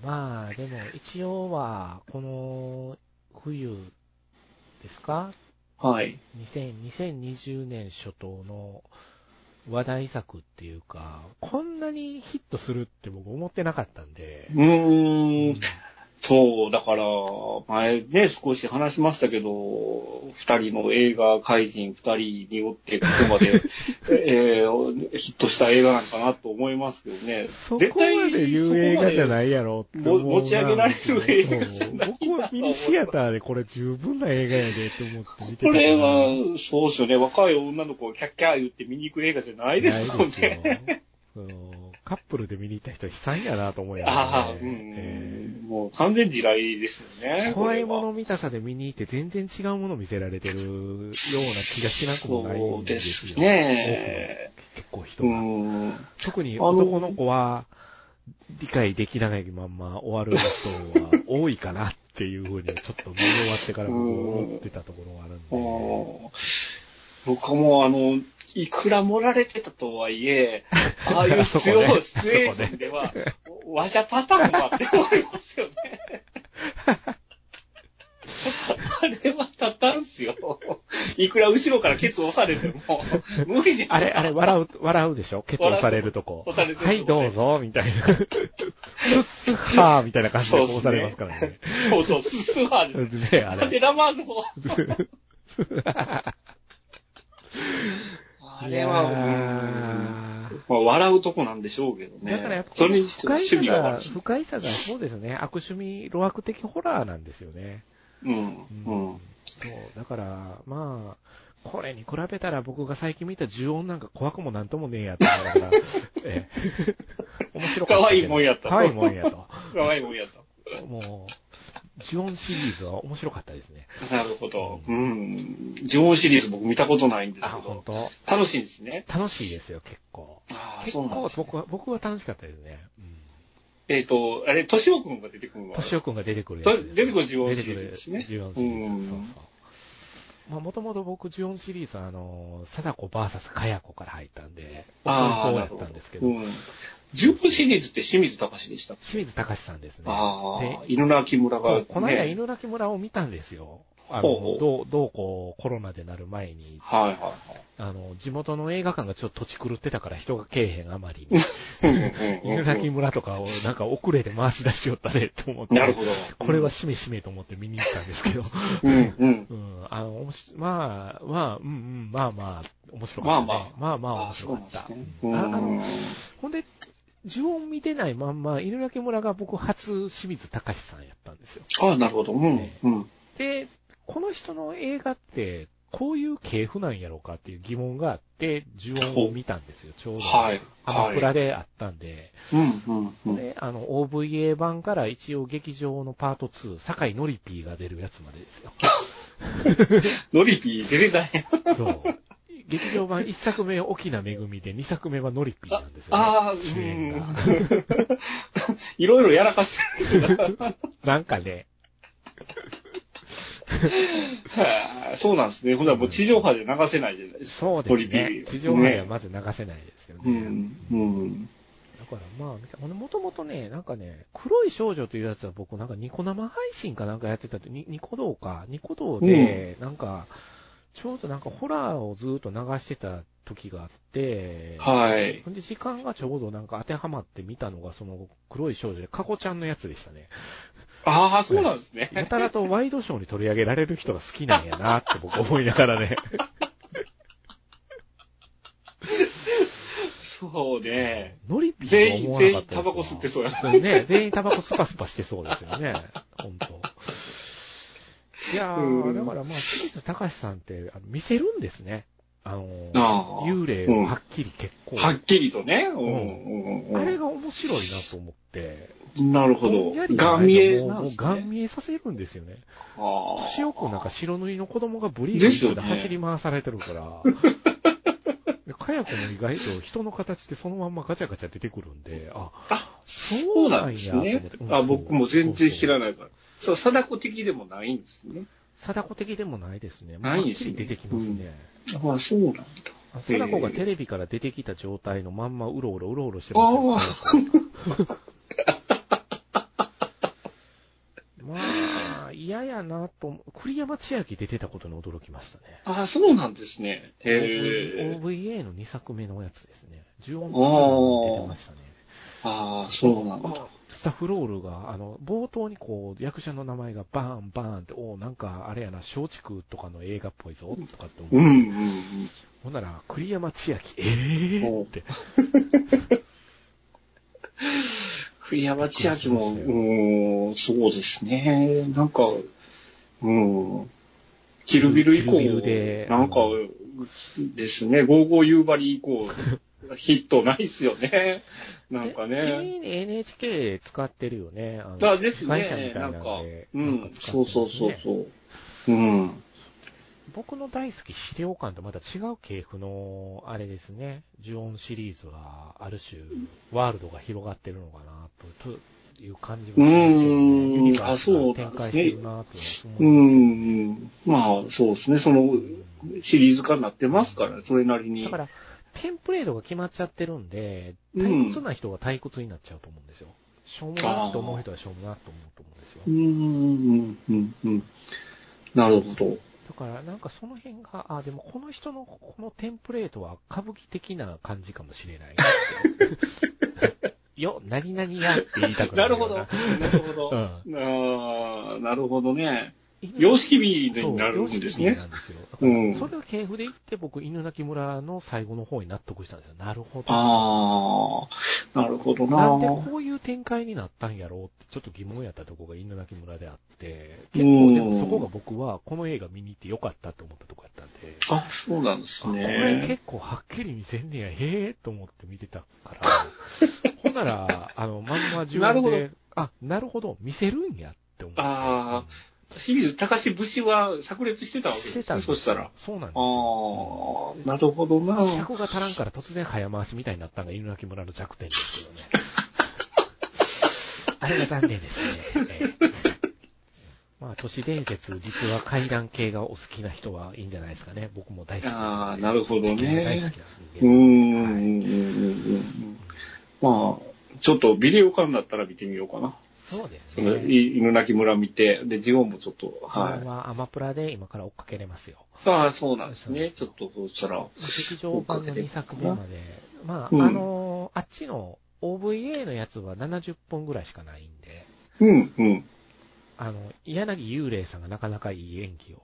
Speaker 1: まあ、でも一応は、この冬ですか
Speaker 2: はい。
Speaker 1: 2000 2020年初頭の話題作っていうか、こんなにヒットするって僕思ってなかったんで。
Speaker 2: うーん。そう、だから、前ね、少し話しましたけど、二人の映画怪人二人によって、ここまで、 えーヒットした映画なんかなと思いますけどね。
Speaker 1: そこまで言う映画じゃないやろって思うな
Speaker 2: 持ち上げられる映画じゃないな
Speaker 1: そう僕はミニシアターでこれ十分な映画やでって思って見てたか
Speaker 2: こ
Speaker 1: ら。
Speaker 2: れは、そうですよね。若い女の子がキャッキャー言って見に行く映画じゃないですもんね。
Speaker 1: ないですよそのカップルで見に行った人悲惨やなと思いなが
Speaker 2: ああ、
Speaker 1: ら
Speaker 2: う
Speaker 1: ね、
Speaker 2: ん、
Speaker 1: え
Speaker 2: もう完全地雷ですよね。
Speaker 1: ー怖いも
Speaker 2: これは
Speaker 1: の見たさで見に行って全然違うもの見せられてるような気がしなくもない
Speaker 2: そうんで
Speaker 1: ですよ。
Speaker 2: すね。
Speaker 1: 結構人
Speaker 2: う
Speaker 1: が。
Speaker 2: ん。
Speaker 1: 特に男の子は理解できないまんま終わる人は多いかなっていうふうにちょっと見終わってから僕思ってたところがあるんで。
Speaker 2: うん僕もあの、いくら盛られてたとは いえ、ああいう
Speaker 1: そ
Speaker 2: シ
Speaker 1: こ
Speaker 2: チュエ
Speaker 1: ね
Speaker 2: ーションでは、わしゃ立たんわって思いますよね。あれは立たんすよ。いくら後ろからケツ押されても、無理ですよ
Speaker 1: あれ、あれ、笑う、笑うでしょケツ押されるとこ。
Speaker 2: 押されてるとこ
Speaker 1: はい、ど
Speaker 2: ね
Speaker 1: うぞ、みたいな。ふっすはー、みたいな感じで
Speaker 2: そうっすね
Speaker 1: 押されますからね。
Speaker 2: そうそう、すすはです。
Speaker 1: ね、あ
Speaker 2: なん
Speaker 1: れ。
Speaker 2: でラマー ズも。あれは、
Speaker 1: いや
Speaker 2: うん
Speaker 1: ー
Speaker 2: まあ、笑うとこなんでしょうけどね。
Speaker 1: だからやっぱ、
Speaker 2: それにしても
Speaker 1: 深いさ
Speaker 2: 趣味が
Speaker 1: が、
Speaker 2: 悪い。
Speaker 1: 不快さが、そうですね。悪趣味、露悪的ホラーなんですよね。
Speaker 2: うん。うん。
Speaker 1: そう、だから、まあ、これに比べたら僕が最近見た呪音なんか怖くもなんともねえやと思いながら、 ええ、面白かったけど。
Speaker 2: 可愛いもんやと
Speaker 1: 可愛いもんやと。
Speaker 2: 可愛いもんやと。
Speaker 1: もう、呪音シリーズは面白かったですね。
Speaker 2: なるほど。うん。ジョンシリーズ僕見たことないんです
Speaker 1: あ、
Speaker 2: け
Speaker 1: 本
Speaker 2: ど、
Speaker 1: 当
Speaker 2: 楽しいんですね。
Speaker 1: 楽しいですよ、結構。
Speaker 2: ああ、
Speaker 1: 結
Speaker 2: そうなん
Speaker 1: 構
Speaker 2: ですね。
Speaker 1: 僕は、僕は楽しかったですね。うん。
Speaker 2: えっ、と、あれ、としおくんが出てくるのは
Speaker 1: としおくんが出てくるやつです。
Speaker 2: 出てくる呪音シリーズですね
Speaker 1: 出てくる呪音シリーズ。そううんそう。まあ、もともと僕、呪音シリーズは、あの、貞子 VS かや子から入ったんで、そういう
Speaker 2: ああ、
Speaker 1: 方
Speaker 2: な
Speaker 1: や
Speaker 2: る
Speaker 1: っ
Speaker 2: ほ
Speaker 1: た
Speaker 2: ど
Speaker 1: んですけ。ど
Speaker 2: う、ん。ジョンシリーズって清水隆でした。
Speaker 1: 清水隆さんですね。
Speaker 2: あ
Speaker 1: で
Speaker 2: あ、、犬鳴村が、
Speaker 1: そ
Speaker 2: ね
Speaker 1: う、。この間、犬鳴村を見たんですよ。あの、
Speaker 2: ほうほう
Speaker 1: どう、どうこう、コロナでなる前に、
Speaker 2: はいはい
Speaker 1: あの、地元の映画館がちょっと土地狂ってたから人がけえへんあまりに、
Speaker 2: はい。うんうん
Speaker 1: 犬
Speaker 2: うん
Speaker 1: 鳴村とかをなんか遅れて回し出しよったねと思って、
Speaker 2: なるほど。
Speaker 1: これはしめしめと思って見に行ったんですけど、
Speaker 2: うんうん。
Speaker 1: うん、あの、おもしまあ、まあ、うんうん、まあまあ、面白かった、ね。
Speaker 2: まあ
Speaker 1: まあ、まあ
Speaker 2: あ
Speaker 1: 面
Speaker 2: あ、そ
Speaker 1: 白
Speaker 2: う
Speaker 1: か
Speaker 2: なん
Speaker 1: っ
Speaker 2: です
Speaker 1: た。
Speaker 2: ね。
Speaker 1: うんああの
Speaker 2: うん
Speaker 1: ほんで、呪音見てないまんま、犬鳴村が僕初清水隆さんやったんですよ。
Speaker 2: ああ、なるほど。うんうん。
Speaker 1: で、この人の映画って、こういう系譜なんやろうかっていう疑問があって、呪音を見たんですよ、ちょうど。
Speaker 2: はい。
Speaker 1: アマプ
Speaker 2: は
Speaker 1: ラであったんで、
Speaker 2: い。うんうんうん。
Speaker 1: で、あの、OVA 版から一応劇場のパート2、酒井のりぴーが出るやつまでですよ。
Speaker 2: ノリピー出れない。
Speaker 1: そう。劇場版1作目、沖縄めぐみで、2作目はのりぴーなんですよ、ね。
Speaker 2: ああ、う
Speaker 1: 主演
Speaker 2: ん
Speaker 1: が。
Speaker 2: いろいろやらかしてる。
Speaker 1: なんかね、
Speaker 2: はあそうなんですね。ほんならもう地上波で流せないじゃないですか。
Speaker 1: そうです
Speaker 2: のり
Speaker 1: ね。
Speaker 2: ぴー
Speaker 1: 地上波ではまず流せないですよね。
Speaker 2: うん。うん。
Speaker 1: だからまあ見た、俺もともとね、なんかね、黒い少女というやつは僕なんかニコ生配信かなんかやってたって、ニニコ動か、ニコ動で、なんか、ちょうどなんかホラーをずーっと流してた時があって、
Speaker 2: はい。
Speaker 1: ほんで時間がちょうどなんか当てはまって見たのがその黒い少女で、カコちゃんのやつでしたね。
Speaker 2: ああ、そうなんですね。
Speaker 1: やたらとワイドショーに取り上げられる人が好きなんやなって僕思いながら ね。
Speaker 2: そうね。
Speaker 1: ノリピー
Speaker 2: 全
Speaker 1: も
Speaker 2: 員、
Speaker 1: 思わな
Speaker 2: 全
Speaker 1: かっ
Speaker 2: 員
Speaker 1: た
Speaker 2: タバコ吸って
Speaker 1: です
Speaker 2: そうや。
Speaker 1: わそうね、全員タバコスパスパしてそうですよね。本当。いや
Speaker 2: う
Speaker 1: ー、
Speaker 2: ん
Speaker 1: だからまあ、清水隆さんってあの見せるんですね。あのー
Speaker 2: あー
Speaker 1: 幽霊をはっきり結構。
Speaker 2: はっきりとね。うんうん
Speaker 1: あれ
Speaker 2: う
Speaker 1: が面白いなと思って。
Speaker 2: ん。なるほ
Speaker 1: ぼ
Speaker 2: ど
Speaker 1: んやり。じゃない
Speaker 2: ガン見え
Speaker 1: も
Speaker 2: な
Speaker 1: うんも
Speaker 2: で
Speaker 1: う
Speaker 2: す
Speaker 1: ガン
Speaker 2: ね。
Speaker 1: 見えさせるんですよね。
Speaker 2: ああ
Speaker 1: 年くなんか白塗りの子供がブリー
Speaker 2: で
Speaker 1: フ
Speaker 2: すよ
Speaker 1: で
Speaker 2: ね
Speaker 1: 走り回されてるから。でかやこも意外と人の形でそのまんまガチャガチャ出てくるんで、あ、
Speaker 2: あ
Speaker 1: そ
Speaker 2: そうう
Speaker 1: な
Speaker 2: なんん
Speaker 1: や
Speaker 2: で
Speaker 1: と
Speaker 2: す
Speaker 1: 思って。
Speaker 2: ね。あ、僕も全然知らないから。そう、貞子的でもないんですね。
Speaker 1: 貞子的でもないですね。
Speaker 2: ないですね
Speaker 1: はっきり出てきますね。
Speaker 2: ああ、そうなんだ。
Speaker 1: 貞子がテレビから出てきた状態のまんまうろうろうろうろしてましたよ
Speaker 2: あ
Speaker 1: まあ、嫌やなと思う、栗山千明出てたことに驚きましたね。
Speaker 2: ああ、そうなんですね。へえ。
Speaker 1: OVA の2作目のやつですね。10音の出てましたね。
Speaker 2: ああ、そうなんだ。
Speaker 1: スタッフロールが、あの、冒頭にこう、役者の名前がバーンバーンって、おおなんかあれやな、松竹とかの映画っぽいぞ、とかって思う。
Speaker 2: うん、うん、
Speaker 1: ほんなら、栗山千明、え
Speaker 2: お
Speaker 1: ー
Speaker 2: う
Speaker 1: って。
Speaker 2: 栗山千明も、うん、そうですね。なんか、うん、キルビル以降、
Speaker 1: キルビルで
Speaker 2: なんか、ですね、ゴーゴー夕張以降、ヒットないっすよね。なんか
Speaker 1: え
Speaker 2: ね。
Speaker 1: 君 NHK 使ってるよね。あの
Speaker 2: あです
Speaker 1: 会社み
Speaker 2: ね、
Speaker 1: た
Speaker 2: ないん
Speaker 1: な
Speaker 2: か
Speaker 1: んで。、
Speaker 2: うん、
Speaker 1: 使って
Speaker 2: そ
Speaker 1: ま
Speaker 2: う
Speaker 1: すね
Speaker 2: そうそうそう。うん。
Speaker 1: 僕の大好き資料館とまた違う系譜の、あれですね、呪音シリーズは、ある種、ワールドが広がってるのかなと、という感じがしますけど、ね、
Speaker 2: うーん
Speaker 1: ユニバースが
Speaker 2: あそうなん
Speaker 1: 展
Speaker 2: ですね
Speaker 1: 開してるなと
Speaker 2: う
Speaker 1: 思うんです
Speaker 2: ん、まあ、そうですね、その、シリーズ化になってますから、それなり
Speaker 1: けど
Speaker 2: に。
Speaker 1: だから、テンプレートが決まっちゃってるんで、
Speaker 2: うん
Speaker 1: 退屈な人が退屈になっちゃうと思うんですよ。しょうもなと思う人はしょうもなと思うと思うんですよ
Speaker 2: う。ん、うん、うん。なるほど。
Speaker 1: だから、なんかその辺が、あ、でもこの人のこのテンプレートは歌舞伎的な感じかもしれない。 よ、何々やって言いたくな
Speaker 2: な
Speaker 1: る
Speaker 2: る
Speaker 1: よう
Speaker 2: ほど。
Speaker 1: な
Speaker 2: な。るほど。
Speaker 1: うん
Speaker 2: ああ、なるほどね。
Speaker 1: 犬
Speaker 2: 様式美
Speaker 1: そ
Speaker 2: に
Speaker 1: う
Speaker 2: なるんで
Speaker 1: 様
Speaker 2: す
Speaker 1: 式美
Speaker 2: ね。
Speaker 1: なんですよ。
Speaker 2: うん
Speaker 1: それを系譜で言って、僕、犬鳴村の最後の方に納得したんですよ。なるほど。
Speaker 2: ああ、なるほど
Speaker 1: な
Speaker 2: な。
Speaker 1: んでこういう展開になったんやろうって、ちょっと疑問やったとこが犬鳴村であって、結構でもそこが僕はこの映画見に行ってよかったと思ったとこやったんで。
Speaker 2: あ、そうなんです
Speaker 1: あこれ
Speaker 2: ね。
Speaker 1: 結構はっきり見せんねや、へえと思って見てたから。 ほんなら、あの、まんま自
Speaker 2: なる
Speaker 1: 分
Speaker 2: ほ
Speaker 1: で
Speaker 2: ど、
Speaker 1: あ、なるほど、見せるんやって思って。
Speaker 2: あ清水隆節は炸裂してたわけです
Speaker 1: して
Speaker 2: ね。
Speaker 1: たんですよ
Speaker 2: そしたら。あ
Speaker 1: そうなんです
Speaker 2: あ
Speaker 1: よ。
Speaker 2: ー、なるほどな。
Speaker 1: 尺が足らんから突然早回しみたいになったのが犬鳴村の弱点ですけど ね。あれが残念ですね。ええまあ、都市伝説、実は階段系がお好きな人はいいんじゃないですかね。僕も大好きんで。
Speaker 2: あーなるほどね
Speaker 1: 地球が大好きな
Speaker 2: う
Speaker 1: 人
Speaker 2: ん、
Speaker 1: 間
Speaker 2: う
Speaker 1: なんで
Speaker 2: ん、うんうん。まあ、ちょっとビデオ館だったら見てみようかな。
Speaker 1: そうです
Speaker 2: そ
Speaker 1: ね。
Speaker 2: の、い犬鳴村見て、で、ジオンもちょっと、
Speaker 1: 自分
Speaker 2: は
Speaker 1: はアマプラで今から追っかけれますよ。
Speaker 2: い。ああ、そうなんですね。ち
Speaker 1: そ
Speaker 2: ょっと、そしたら。
Speaker 1: 劇場版の2作目まで。まあ、
Speaker 2: うん
Speaker 1: あのーあっちの OVA のやつは70本ぐらいしかないんで、
Speaker 2: うん、うん。
Speaker 1: あの、柳幽霊さんがなかなかいい演技を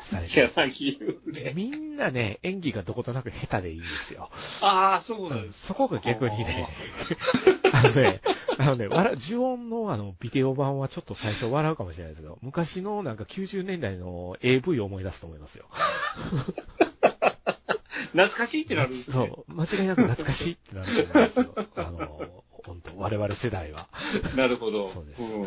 Speaker 1: され
Speaker 2: い
Speaker 1: て
Speaker 2: や、
Speaker 1: ます
Speaker 2: 最近言うね。
Speaker 1: みんなね、演技がどことなく下手でいいんですよ。
Speaker 2: ああ、そうなん
Speaker 1: う
Speaker 2: で
Speaker 1: ん
Speaker 2: す。
Speaker 1: そこが逆にね、 あのね、あのね、笑う、呪音のあの、ビデオ版はちょっと最初笑うかもしれないですけど、昔のなんか90年代の AV を思い出すと思いますよ。
Speaker 2: 懐かしいってなるんです ね。
Speaker 1: そう、間違いなく懐かしいってなると思うんです よ。あの、本当我々世代は。
Speaker 2: なるほど。
Speaker 1: そうです
Speaker 2: ん
Speaker 1: はい。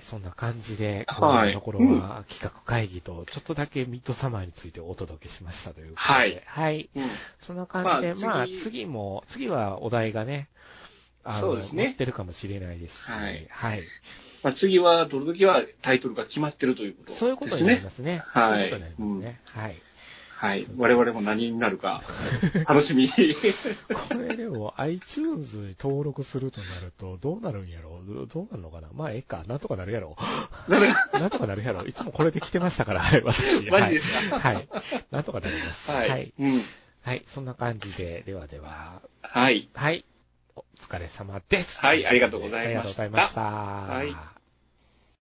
Speaker 1: そんな感じで、
Speaker 2: は
Speaker 1: 今
Speaker 2: い
Speaker 1: のところは企画会議と、ちょっとだけミッドサマーについてお届けしましたということで。
Speaker 2: はい。
Speaker 1: はい。
Speaker 2: うん
Speaker 1: そんな感じで、ま
Speaker 2: ま
Speaker 1: あ、
Speaker 2: あ次
Speaker 1: 次も、次はお題がね、あ
Speaker 2: そ
Speaker 1: の、
Speaker 2: うですね
Speaker 1: 載ってるかもしれないですし、
Speaker 2: はい
Speaker 1: はい。
Speaker 2: まあ、次は、撮るときはタイトルが決まってるということですね。
Speaker 1: そういうことになりますね。
Speaker 2: はい
Speaker 1: そういうことになりますね。はい。
Speaker 2: はい。我々も何になるか、楽しみに。
Speaker 1: これでも iTunes に登録するとなると、どうなるんやろどどうなるのかなまあ、ええか。なんとかなるやろ。なんとかなるやろ。いつもこれで来てましたから、 はい私。
Speaker 2: マジですか
Speaker 1: はい。はい。なんとかなります。は。
Speaker 2: はいい。
Speaker 1: はい。
Speaker 2: うん。
Speaker 1: そんな感じで、ではでは、
Speaker 2: はい。
Speaker 1: はい。お疲れ様です。
Speaker 2: はいありがとうございました
Speaker 1: ありがとうございました。
Speaker 2: はい